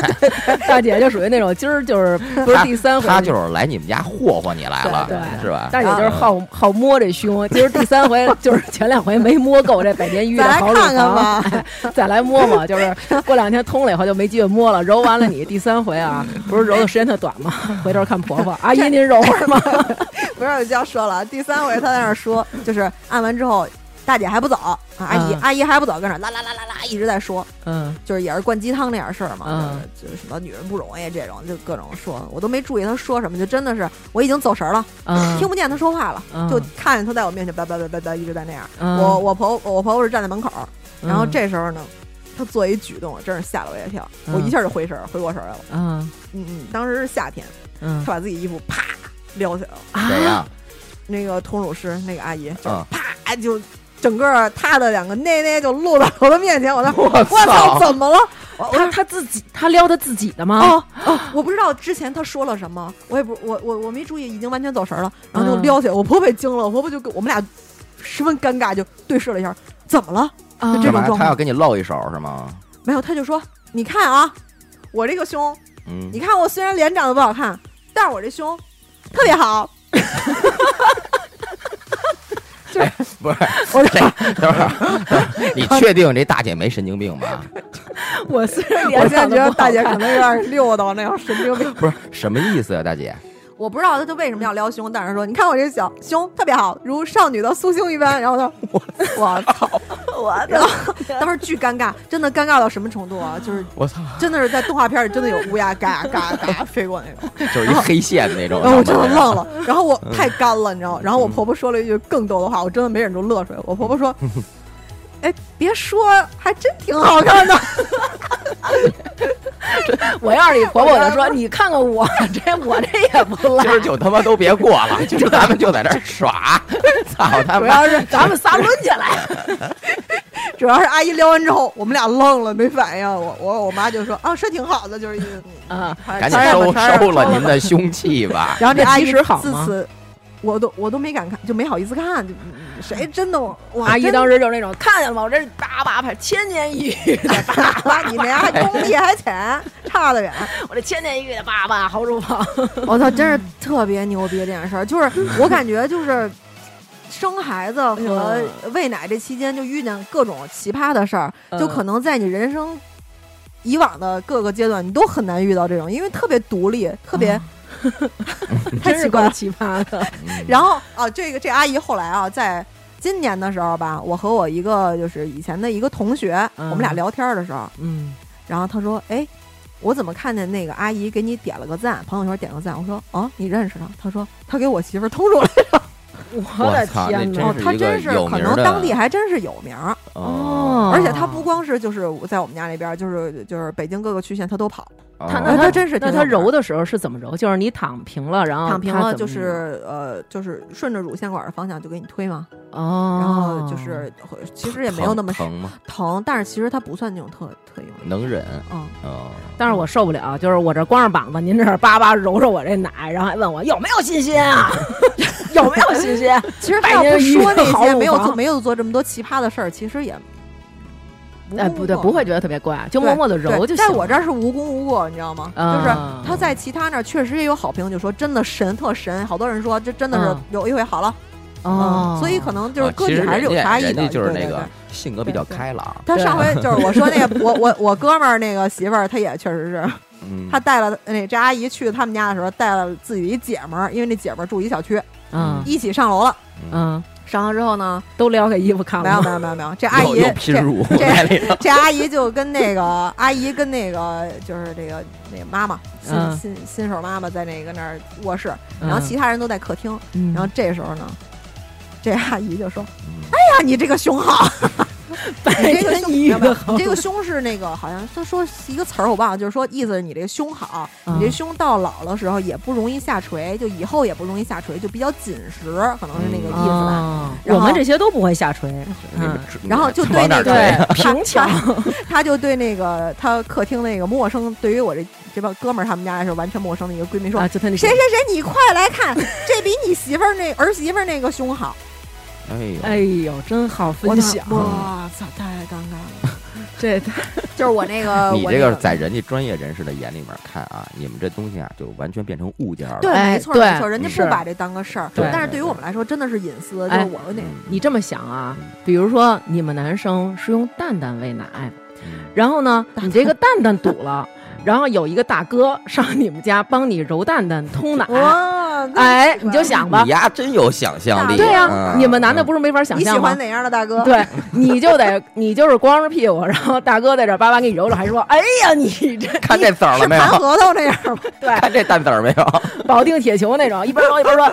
Speaker 1: 大姐就属于那种今儿就是不是第三回，
Speaker 2: 他就是来你们家霍霍你来了
Speaker 1: 对对，
Speaker 2: 是吧？
Speaker 1: 大姐就是好
Speaker 3: 啊
Speaker 1: 好摸这胸，今儿第三 回就是前两回没摸够这百年一遇的
Speaker 3: 再来
Speaker 1: 好啊乳
Speaker 3: 看看
Speaker 1: 房，
Speaker 3: 吧，
Speaker 1: 再来摸摸，就是过两天通了以后就没机会摸了。揉完了你第三回啊，不是揉的时间特短吗？ 回头看婆婆，阿姨您揉会儿 吗？
Speaker 3: 不是我就要说了，啊第三回他在那儿说，就是按完之后，大姐还不走啊，阿姨、
Speaker 1: 嗯
Speaker 3: 阿姨还不走，跟那儿啦啦啦啦啦一直在说，
Speaker 1: 嗯
Speaker 3: 就是也是灌鸡汤那点事儿嘛，
Speaker 1: 嗯
Speaker 3: 就是就是什么女人不容易这种，就各种说，我都没注意他说什么，就真的是我已经走神儿了，
Speaker 1: 嗯，
Speaker 3: 听不见他说话了，
Speaker 1: 嗯
Speaker 3: 就看见他在我面前叭叭叭叭叭一直在那样。
Speaker 1: 嗯
Speaker 3: 我我婆我婆婆是站在门口，
Speaker 1: 嗯
Speaker 3: 然后这时候呢，他做一举动，真是吓了我一跳，我一下就回神儿回过神儿来了。
Speaker 1: 嗯
Speaker 3: 嗯嗯，当时是夏天，
Speaker 1: 嗯
Speaker 3: 他把自己衣服啪撩起来了。
Speaker 2: 谁
Speaker 1: 啊，
Speaker 2: 呀？
Speaker 3: 那个通乳师那个阿姨就是
Speaker 2: 嗯
Speaker 3: 啪就整个她的两个内内就露到我的面前，我在
Speaker 2: 我
Speaker 3: 我操
Speaker 2: 操！
Speaker 3: 怎么了？
Speaker 1: 他他自己他撩他自己的吗？
Speaker 3: 哦哦，我不知道之前她说了什么，我也不我我我没注意，已经完全走神了，然后就
Speaker 1: 嗯
Speaker 3: 撩起来，我婆婆也惊了，我婆婆就跟我们俩十分尴尬，就对视了一下，怎么了？
Speaker 1: 啊
Speaker 3: 就
Speaker 2: 干
Speaker 3: 这种
Speaker 2: 嘛？
Speaker 3: 状
Speaker 2: 他
Speaker 3: 态
Speaker 2: 要给你露一手是吗？
Speaker 3: 没有，她就说你看啊，我这个胸，
Speaker 2: 嗯
Speaker 3: 你，看我虽然脸长得不好看，但是我这胸特别好，
Speaker 2: 不是，
Speaker 3: 我
Speaker 2: 这等会儿，你确定这大姐没神经病吧？
Speaker 1: 我虽然
Speaker 3: 我
Speaker 1: 脸
Speaker 3: 现在
Speaker 1: 长
Speaker 3: 觉
Speaker 1: 得不
Speaker 3: 得
Speaker 1: 好
Speaker 3: 大姐
Speaker 1: 看
Speaker 3: 可能有点溜达那样神经病。
Speaker 2: 不是什么意思啊，大姐？
Speaker 3: 我不知道他为什么要撩胸，但是说你看我这小胸特别好，如少女的酥胸一般。然后他说，我操！
Speaker 4: 我
Speaker 3: 然后当时巨尴尬，真的尴尬到什么程度啊？就是
Speaker 2: 我操，
Speaker 3: 真的是在动画片里真的有乌鸦嘎嘎嘎飞过那种，
Speaker 2: 就是一黑线那
Speaker 1: 哦
Speaker 2: 种。
Speaker 3: 然后我
Speaker 2: 知
Speaker 3: 真
Speaker 2: 道
Speaker 3: 的
Speaker 2: 吗
Speaker 3: 愣了。然后我太干了，你知
Speaker 1: 嗯
Speaker 3: 道吗？然后我婆婆说了一句更逗的话，我真的没忍住乐出来。我婆婆说：“ 哎，别说，还真挺好看的。
Speaker 1: 我要是你婆婆，我就 说你看看我这我这也不赖
Speaker 2: 今。儿就他妈都别过 了，今儿咱们就在这儿耍，操他
Speaker 1: 主
Speaker 2: 妈！
Speaker 1: 要是咱们仨抡起 来，”
Speaker 3: 主要是阿姨撩完之后，我们俩愣了，没反应。我我我妈就说：“啊，是挺好的，就是一个
Speaker 1: 啊，
Speaker 3: 呃
Speaker 2: 赶紧收收了您的凶器吧。
Speaker 3: 然后这阿姨
Speaker 1: 那其实好
Speaker 3: 自
Speaker 1: 吗
Speaker 3: 此，我都我都没敢看，就没好意思看，就嗯谁真的我我
Speaker 1: 阿姨
Speaker 3: 真
Speaker 1: 当时就是那种看见了吗？我这是叭叭拍，千年一遇的叭，
Speaker 3: 哇，你 那
Speaker 1: 哎
Speaker 3: 还功力还浅，差得远。
Speaker 1: 我这千年一遇的叭叭好乳房。
Speaker 3: 我操，真是特别牛逼这件事儿，就是我感觉就是。生孩子
Speaker 1: 哎
Speaker 3: 和喂奶这期间，就遇见各种奇葩的事儿，
Speaker 1: 嗯
Speaker 3: 就可能在你人生以往的各个阶段，你都很难遇到这种，因为特别独立，特别、 太
Speaker 1: 嗯真
Speaker 3: 奇
Speaker 1: 是
Speaker 3: 怪
Speaker 1: 够
Speaker 3: 了。
Speaker 1: 奇葩的，
Speaker 2: 嗯
Speaker 3: 然后啊，这个这阿姨后来啊，在今年的时候吧，我和我一个就是以前的一个同学，
Speaker 1: 嗯
Speaker 3: 我们俩聊天的时候，
Speaker 1: 嗯
Speaker 3: 然后她说：“哎，我怎么看见那个阿姨给你点了个赞，朋友圈点个赞？”我说：“哦，你认识她？”她说：“她给我媳妇儿通出 来。
Speaker 1: 嗯我的
Speaker 2: 操
Speaker 1: 天
Speaker 2: 那
Speaker 1: 哪
Speaker 2: 真
Speaker 3: 哦
Speaker 2: 是，
Speaker 3: 她
Speaker 2: 一个
Speaker 3: 真是
Speaker 2: 有
Speaker 3: 可
Speaker 2: 名
Speaker 3: 能
Speaker 2: 的
Speaker 3: 当地还真是有名儿，
Speaker 2: 哦，
Speaker 3: 而且她不光是就是在我们家那边，就是就是北京各个区县她都跑，
Speaker 2: 哦
Speaker 1: 他
Speaker 3: 哎
Speaker 1: 啊那
Speaker 3: 她
Speaker 1: 他
Speaker 3: 真是
Speaker 1: 那
Speaker 3: 挺
Speaker 1: 他
Speaker 3: 有名儿
Speaker 1: 揉的时候是怎么揉？就是你躺平了，然后
Speaker 3: 躺平
Speaker 1: 哦他
Speaker 3: 了，
Speaker 1: 怎
Speaker 3: 就
Speaker 1: 么
Speaker 3: 是呃就是顺着乳腺管的方向就给你推嘛，
Speaker 1: 哦，
Speaker 3: 然后就是其实也没有那么
Speaker 2: 疼疼吗？
Speaker 3: 疼，但是其实它不算那种特特有 力。
Speaker 2: 能忍。
Speaker 3: 嗯，
Speaker 2: 哦，
Speaker 1: 但是我受不了，就是我这光着膀子，您这儿叭叭揉揉我这奶，然后还问我有没有信心 啊？有没有信心？
Speaker 3: 其实
Speaker 1: 百
Speaker 3: 他要不
Speaker 1: 年一遇
Speaker 3: 说
Speaker 1: 的
Speaker 3: 那
Speaker 1: 好
Speaker 3: 些
Speaker 1: 乳
Speaker 3: 没有
Speaker 1: 房
Speaker 3: 做没有做这么多奇葩的事儿，其实也 无
Speaker 1: 哎，
Speaker 3: 功
Speaker 1: 不
Speaker 3: 无
Speaker 1: 对，
Speaker 3: 过
Speaker 1: 不会觉得特别怪，就默默的揉
Speaker 3: 对
Speaker 1: 就行。
Speaker 3: 在我这儿是无功无过，你知道吗？就是
Speaker 1: 啊
Speaker 3: 他在其他那儿确实也有好评，就说真的神特神，好多人说这真的是
Speaker 1: 嗯
Speaker 3: 有一回好了，
Speaker 1: 哦
Speaker 3: 嗯，，所以可能就是
Speaker 2: 啊
Speaker 3: 个
Speaker 2: 其
Speaker 3: 体
Speaker 2: 实
Speaker 3: 还是有
Speaker 2: 人家
Speaker 3: 差异
Speaker 2: 人
Speaker 3: 的，
Speaker 2: 家就是
Speaker 3: 对
Speaker 2: 那
Speaker 3: 对
Speaker 2: 个
Speaker 3: 对
Speaker 2: 性格比较开朗。
Speaker 3: 他
Speaker 1: 对
Speaker 3: 上回就是我说 那个我我我哥们儿那个媳妇儿，她也确实是，
Speaker 2: 嗯，
Speaker 3: 她带了那这阿姨去他们家的时候带了自己一姐们儿，因为那姐们儿住一小区，
Speaker 1: 嗯
Speaker 3: 一起上楼了。
Speaker 1: 嗯，
Speaker 3: 上楼之后呢，
Speaker 1: 都撩开衣服看
Speaker 3: 没有
Speaker 1: 了吗。
Speaker 3: 没有没有没有，这阿姨
Speaker 2: 又又拼
Speaker 3: 这
Speaker 2: 乳
Speaker 3: 这
Speaker 2: 在里头。
Speaker 3: 这阿姨就跟那个阿姨跟那个就是这个那个妈妈新、
Speaker 1: 嗯
Speaker 3: 新新手妈妈在那个那儿卧室，
Speaker 1: 嗯
Speaker 3: 然后其他人都在客厅，
Speaker 1: 嗯
Speaker 3: 然后这时候呢，这阿姨就说：“
Speaker 2: 嗯
Speaker 3: 哎呀，你这个胸好。”
Speaker 1: 白
Speaker 3: 你这个
Speaker 1: 天
Speaker 3: 胸，
Speaker 1: 一
Speaker 3: 你
Speaker 1: 语
Speaker 3: 知道
Speaker 1: 的
Speaker 3: 吧
Speaker 1: 好
Speaker 3: 你这个胸是那个，好像他说是一个词儿，我忘了，就是说意思是你这个胸好，
Speaker 1: 嗯
Speaker 3: 你这胸到老的时候也不容易下垂，就以后也不容易下垂，就比较紧实，可能是那个意思吧。
Speaker 1: 啊
Speaker 3: 然
Speaker 1: 我
Speaker 3: 后
Speaker 1: 们这些都不会下垂，嗯，
Speaker 3: 然后就对
Speaker 2: 往哪
Speaker 3: 那
Speaker 2: 儿
Speaker 3: 个
Speaker 2: 对
Speaker 1: 对， 平翘，
Speaker 3: 他就对那个他客厅那个陌生，对于我这这帮哥们儿他们家来说完全陌生的一个闺 蜜说
Speaker 1: 啊，：“就他那
Speaker 3: 谁谁谁，你快来看，这比你媳妇儿那儿媳妇儿那个胸好。
Speaker 2: 哎呦，
Speaker 1: 哎呦，真好
Speaker 3: 我
Speaker 1: 分
Speaker 3: 当时”
Speaker 1: 享，
Speaker 3: 哇操，太尴尬了！
Speaker 1: 这
Speaker 3: 就是我那个，
Speaker 2: 你
Speaker 3: 我
Speaker 2: 这
Speaker 3: 那
Speaker 2: 个在人家专业人士的眼里面看啊，你们这东西啊就完全变成物件了。
Speaker 3: 对，
Speaker 1: 哎
Speaker 3: 没错
Speaker 1: 对
Speaker 3: 没错，人家
Speaker 1: 是
Speaker 3: 不把这当个事儿。
Speaker 1: 对
Speaker 3: 但是
Speaker 2: 对
Speaker 3: 对于我们来说，真的是隐私，就
Speaker 1: 哎
Speaker 3: 是我那
Speaker 2: 嗯，
Speaker 1: 你这么想啊？比如说，你们男生是用蛋蛋喂奶，
Speaker 3: 嗯
Speaker 1: 然后呢，你这个蛋蛋堵了， 然后有一个大哥上你们家帮你揉蛋 蛋、通奶，
Speaker 3: 哦哇，
Speaker 1: 嗯哎，你就想吧
Speaker 2: 你，丫真有想象力。
Speaker 1: 对呀、啊
Speaker 2: 嗯
Speaker 1: 你们男的不是没法想
Speaker 3: 你喜
Speaker 1: 象吗
Speaker 3: 欢？哪样的大 哥？
Speaker 1: 对，你就得你就是光着屁股，然后大哥在这儿叭叭给你揉揉，还说：“哎呀，你这
Speaker 2: 看这籽儿
Speaker 3: 是
Speaker 2: 了没
Speaker 3: 盘
Speaker 2: 有？
Speaker 3: 核桃那样吗？
Speaker 2: 看这蛋籽儿没有？
Speaker 1: 保定铁球那种，一边揉一边说。”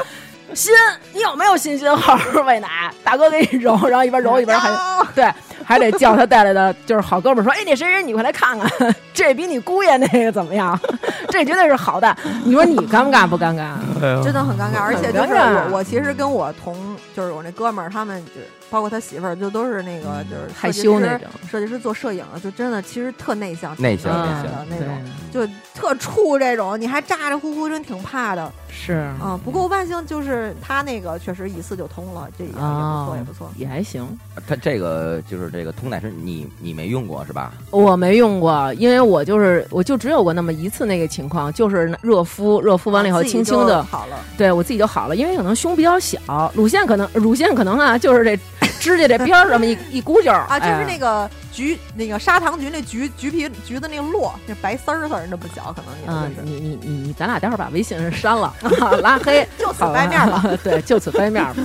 Speaker 1: 心，你有没有信心好好 喂奶？大哥给你揉，然后一边 揉一边还
Speaker 3: 有
Speaker 1: 对，还得叫他带来的就是好哥们儿说：“哎，那谁谁，你快来看看，这比你姑爷那个怎么样？ 这绝对是好蛋。”你说你尴尬不尴尬？
Speaker 3: 真的很尴尬，而且就
Speaker 1: 嗯
Speaker 3: 是
Speaker 1: 很尴尬
Speaker 3: 我，我其实跟我同，就是我那哥们儿，他们就包括他媳妇儿，就都是那个就是
Speaker 1: 嗯害
Speaker 3: 设计
Speaker 1: 羞
Speaker 3: 师
Speaker 1: 那种，
Speaker 3: 设计师做摄影的，就真的其实特内向，
Speaker 2: 内向
Speaker 3: 挺
Speaker 2: 内
Speaker 3: 怕
Speaker 2: 向
Speaker 3: 的
Speaker 1: 嗯
Speaker 3: 那种，
Speaker 1: 对
Speaker 3: 就特怵这种，你还咋咋呼呼，真挺怕的
Speaker 1: 是
Speaker 3: 啊。不过万幸就是他那个确实一次就通了，这也也不
Speaker 1: 哦
Speaker 3: 错，也不错。
Speaker 1: 也还行。
Speaker 2: 它这个就是这个通奶是你你没用过是吧？
Speaker 1: 我没用过，因为我就是我就只有过那么一次那个情况，就是热敷，热敷完了以后
Speaker 3: 啊自己
Speaker 1: 轻轻
Speaker 3: 就
Speaker 1: 的，
Speaker 3: 好了。
Speaker 1: 对我自己就好了。因为可能胸比较小，乳腺可能乳腺可能啊，就是 这指甲这边儿这么一一股劲儿
Speaker 3: 啊，就是
Speaker 1: 哎
Speaker 3: 那个橘，那个砂糖橘，那橘橘皮橘子那个落，那白丝儿丝儿那么小，可能你
Speaker 1: 啊
Speaker 3: 们、就是
Speaker 1: 你你你你，咱俩待会儿把微信删了， 啊拉 黑，
Speaker 3: 就此
Speaker 1: 好吧
Speaker 3: 掰面儿 吧。
Speaker 1: 对，就此掰面儿吧。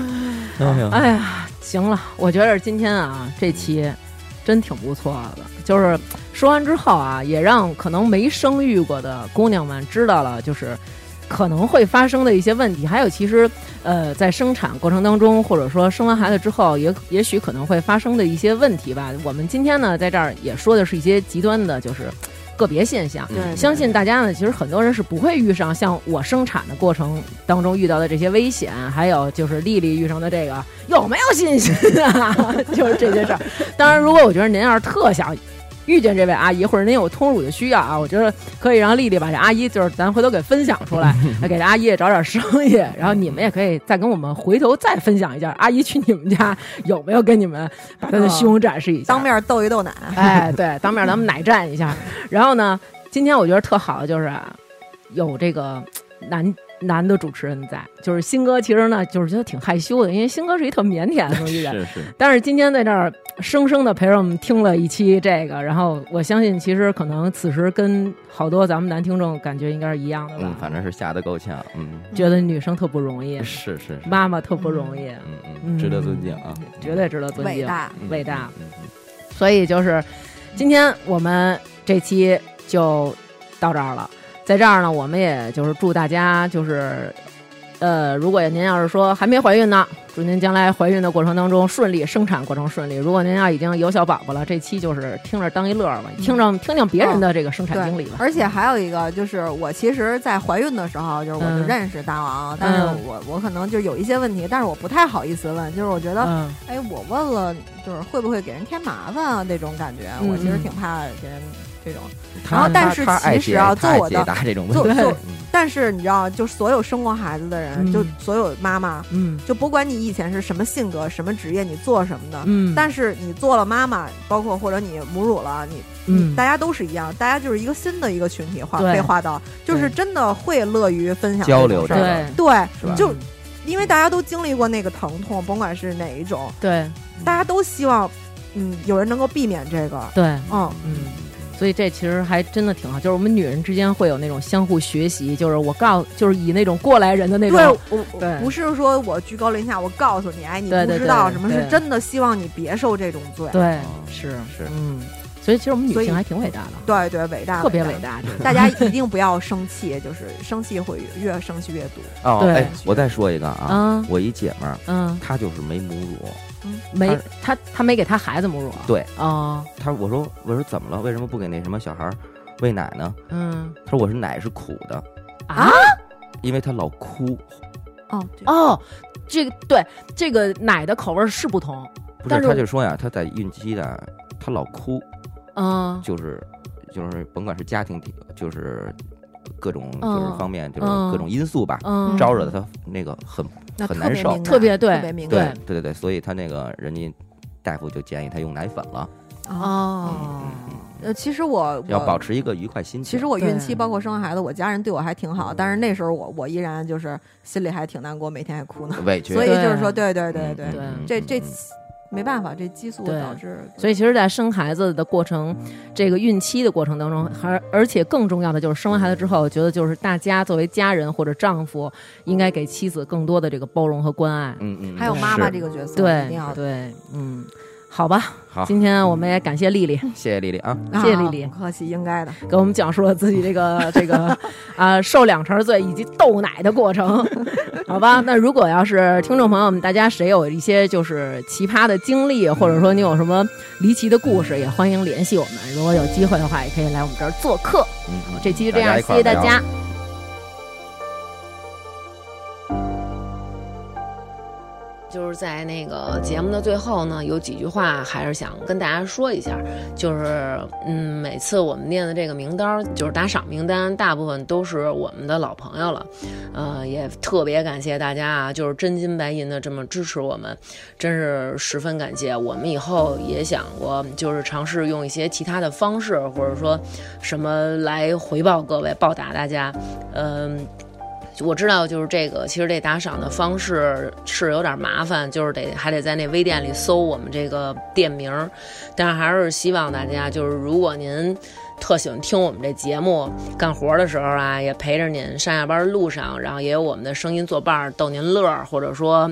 Speaker 1: 哎呀，行了，我觉得今天啊这期真挺不错的，就是说完之后啊，也让可能没生育过的姑娘们知道了，就是可能会发生的一些问题，还有其实呃在生产过程当中，或者说生完孩子之后，也也许可能会发生的一些问题吧。我们今天呢在这儿也说的是一些极端的，就是个别现象。
Speaker 2: 嗯
Speaker 3: 对
Speaker 1: 相信大家呢，其实很多人是不会遇上像我生产的过程当中遇到的这些危险，还有就是丽丽遇上的这个有没有信心啊？ 就是这些事儿。当然，如果我觉得您要是特想遇见这位阿姨，或者您有通乳的需要啊，我觉得可以让丽丽把这阿姨，就是咱回头给分享出来，给这阿姨也找点生意，然后你们也可以再跟我们回头再分享一下，阿姨去你们家有没有跟你们把她的胸展示一下？
Speaker 3: 当面斗一斗奶，
Speaker 1: 哎，对，当面咱们奶战一下。然后呢，今天我觉得特好的就是啊有这个男男的主持人在，就是新哥，其实呢就是觉得挺害羞的，因为新哥是一特腼腆的东西人，
Speaker 2: 是是，
Speaker 1: 但是今天在这儿生生的陪着我们听了一期这个，然后我相信其实可能此时跟好多咱们男听众感觉应该是一样的吧，
Speaker 2: 嗯，反正是吓得够呛，嗯，
Speaker 1: 觉得女生特不容易，
Speaker 2: 是是是，
Speaker 1: 妈妈特不容易，
Speaker 2: 嗯嗯，
Speaker 1: 嗯
Speaker 2: 值得尊敬啊，
Speaker 1: 绝对值得尊
Speaker 3: 伟
Speaker 1: 敬，
Speaker 3: 大。
Speaker 2: 嗯
Speaker 1: 伟大，
Speaker 2: 嗯嗯
Speaker 1: 所以就是今天我们这期就到这儿了，在这儿呢，我们也就是祝大家就是。呃，如果您要是说还没怀孕呢，祝您将来怀孕的过程当中顺利，生产过程顺利。如果您要已经有小宝宝了，这期就是听着当一乐儿吧，听着听听别人的这个生产经历吧。
Speaker 3: 而且还有一个就是，我其实，在怀孕的时候，就是我就
Speaker 1: 嗯
Speaker 3: 认识大王，但是
Speaker 1: 嗯
Speaker 3: 我我可能就有一些问题，但是我不太好意思问，就是我觉得，
Speaker 1: 嗯，
Speaker 3: 哎，我问了，就是会不会给人添麻烦啊？那种感觉，
Speaker 1: 嗯
Speaker 3: 我其实
Speaker 1: 嗯
Speaker 3: 挺怕给人这种。
Speaker 2: 他
Speaker 3: 然后但
Speaker 2: 他
Speaker 3: 是
Speaker 2: 他爱
Speaker 3: 其实
Speaker 2: 解
Speaker 3: 啊
Speaker 2: 他爱
Speaker 3: 做我的
Speaker 2: 解答这种问
Speaker 3: 做
Speaker 2: 题，
Speaker 3: 做，
Speaker 2: 嗯
Speaker 3: 但是你知道，就所有生过孩子的人，
Speaker 1: 嗯
Speaker 3: 就所有妈妈，
Speaker 1: 嗯
Speaker 3: 就不管你以前是什么性格、什么职业，你做什么的，
Speaker 1: 嗯，
Speaker 3: 但是你做了妈妈，包括或者你母乳了，你
Speaker 1: 嗯
Speaker 3: 大家都是一样，大家就是一个新的一个群体划
Speaker 1: 对
Speaker 3: 被划到，就是真的会乐于分享
Speaker 2: 交
Speaker 3: 这
Speaker 2: 流
Speaker 3: 种事
Speaker 2: 这个
Speaker 3: 儿。
Speaker 1: 对嗯
Speaker 3: 对，
Speaker 2: 是吧
Speaker 3: 就因为大家都经历过那个疼痛，甭管是哪一种，
Speaker 1: 对
Speaker 3: 大家都希望，嗯，有人能够避免这个，
Speaker 1: 对，
Speaker 3: 嗯，
Speaker 1: 嗯，所以这其实还真的挺好，就是我们女人之间会有那种相互学习，就是我告，就是以那种过来人的那种
Speaker 3: 对，我
Speaker 1: 对
Speaker 3: 不是说我居高临下，我告诉你，哎，你
Speaker 1: 对
Speaker 3: 不
Speaker 1: 对
Speaker 3: 知道
Speaker 1: 对
Speaker 3: 什么，
Speaker 1: 对
Speaker 3: 是真的希望你别受这种罪。
Speaker 1: 对
Speaker 2: 哦，
Speaker 1: 是
Speaker 2: 是
Speaker 1: 嗯。
Speaker 5: 所以其实我们女
Speaker 3: 所以
Speaker 5: 性还挺伟大的，
Speaker 3: 对对，伟大，
Speaker 5: 特别
Speaker 3: 伟
Speaker 5: 伟。大。这个
Speaker 3: 大家一定不要生气，就是生气会越生气越毒。
Speaker 2: 哦，
Speaker 5: 对
Speaker 2: 哎，我再说一个啊，
Speaker 5: 啊
Speaker 2: 我一姐们儿，
Speaker 5: 嗯，
Speaker 2: 她就是没母乳，
Speaker 5: 没他他没给他孩子母乳，
Speaker 2: 对
Speaker 5: 哦，
Speaker 2: 她我说我说怎么了？为什么不给那什么小孩儿喂奶呢？
Speaker 5: 嗯
Speaker 2: 她说我是奶是苦的，
Speaker 5: 啊
Speaker 2: 因为她老哭，
Speaker 3: 哦，对
Speaker 5: 哦，这个对这个奶的口味儿是不同，
Speaker 2: 不
Speaker 5: 但
Speaker 2: 是
Speaker 5: 是
Speaker 2: 她就说呀，她在孕期的她老哭，
Speaker 5: 嗯
Speaker 2: 就是就是甭管是家庭底就是各种就
Speaker 5: 嗯
Speaker 2: 是方面就是
Speaker 5: 嗯
Speaker 2: 各种因素吧，
Speaker 5: 嗯，
Speaker 2: 招惹的她那个很
Speaker 3: 那
Speaker 2: 很
Speaker 3: 特
Speaker 2: 难
Speaker 3: 别
Speaker 2: 受
Speaker 3: 敏感
Speaker 5: 特别对
Speaker 3: 特别啊敏
Speaker 2: 对
Speaker 3: 感
Speaker 2: 对对对，所以她那个人家大夫就建议她用奶粉了，
Speaker 3: 啊。
Speaker 5: 哦
Speaker 2: 嗯，嗯
Speaker 3: 呃，其实我
Speaker 2: 要保
Speaker 3: 我
Speaker 2: 持一个愉快心情。
Speaker 3: 其实我孕
Speaker 5: 对
Speaker 3: 期包括生孩子，我家人对我还挺好，但是那时候我我依然就是心里还挺难过，每天还哭呢。
Speaker 2: 委屈，
Speaker 3: 所以就是
Speaker 5: 对
Speaker 3: 说，对对对
Speaker 5: 对
Speaker 3: 对，
Speaker 2: 嗯
Speaker 3: 这这
Speaker 2: 嗯
Speaker 3: 没办法，这激素
Speaker 5: 对
Speaker 3: 导致。
Speaker 5: 所以其实，在生孩子的过程，这个孕期的过程当中，还而且更重要的就是生完孩子之后，我觉得就是大家作为家人或者丈夫，应该给妻子更多的这个包容和关爱。
Speaker 2: 嗯嗯，
Speaker 3: 还有妈妈这
Speaker 2: 个，
Speaker 3: 个角色，一
Speaker 5: 对
Speaker 3: 定要
Speaker 5: 对，嗯，好吧，
Speaker 2: 好
Speaker 5: 今天我们也感谢丽丽
Speaker 2: 谢谢丽丽啊，
Speaker 3: 啊
Speaker 5: 谢谢丽丽
Speaker 3: 不客气，应该的。
Speaker 5: 给我们讲述了自己这个 这个啊、受两成罪以及斗奶的过程，好吧？那如果要是听众朋友们，大家谁有一些就是奇葩的经历，或者说你有什么离奇的故事，也欢迎联系我们。如果有机会的话，也可以来我们这儿做客。
Speaker 2: 嗯，嗯
Speaker 5: 这期就这样，
Speaker 2: 一
Speaker 5: 谢
Speaker 2: 块
Speaker 5: 谢
Speaker 2: 儿
Speaker 5: 大
Speaker 2: 聊
Speaker 5: 家。
Speaker 1: 就是在那个节目的最后呢，有几句话还是想跟大家说一下，就是嗯，每次我们念的这个名单儿，就是打赏名单，大部分都是我们的老朋友了，呃，也特别感谢大家啊，就是真金白银的这么支持我们，真是十分感谢。我们以后也想过，就是尝试用一些其他的方式，或者说什么来回报各位，报答大家，嗯、我知道，就是这个，其实这打赏的方式是有点麻烦，就是得还得在那微店里搜我们这个店名儿，但还是希望大家就是，如果您特喜欢听我们这节目，干活的时候啊，也陪着您上下班路上，然后也有我们的声音作伴儿，逗您乐儿，或者说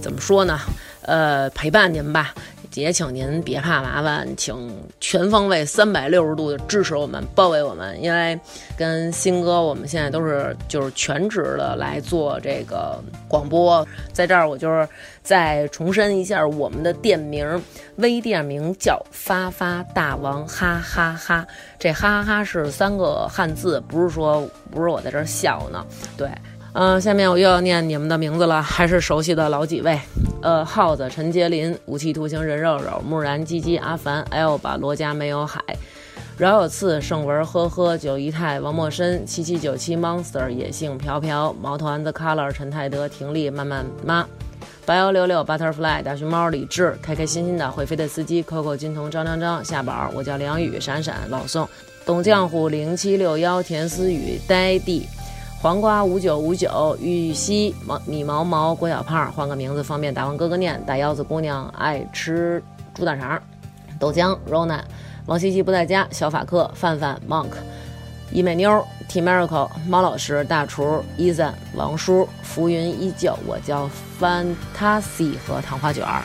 Speaker 1: 怎么说呢，呃，陪伴您吧。也请您别怕麻烦，请全方位、三百六十度的支持我们、包围我们，因为跟新哥，我们现在都是就是全职的来做这个广播。在这儿，我就是再重申一下我们的店名，微店名叫“发发大王哈哈哈”，这哈哈哈是三个汉字，不是说不是我在这儿笑呢。对，嗯、下面我又要念你们的名字了，还是熟悉的老几位，呃，耗子、陈杰林、无期徒刑任肉肉、木然、鸡鸡、阿凡、L 吧、罗家没有海。饶有次、盛文、呵呵、九姨太、王默深、七七九七、Monster、野性、飘飘、毛头 and the color、陈泰德、婷丽、慢慢妈、八幺六六、Butterfly、大熊猫、李志、开开心心的会飞的司机、Coco、金童、张张张、夏宝，我叫梁宇、闪闪、老宋、董江湖零七六幺、田思雨、呆地。黄瓜五九五九，玉溪毛米毛毛郭小胖，换个名字方便大王哥哥念。大腰子姑娘爱吃猪大肠，豆浆 Rona，王西西不在家，小法克、范范、Monk、伊美妞、T Miracle、猫老师、大厨、伊森、王叔、浮云依旧，我叫 Fantasy 和糖花卷儿。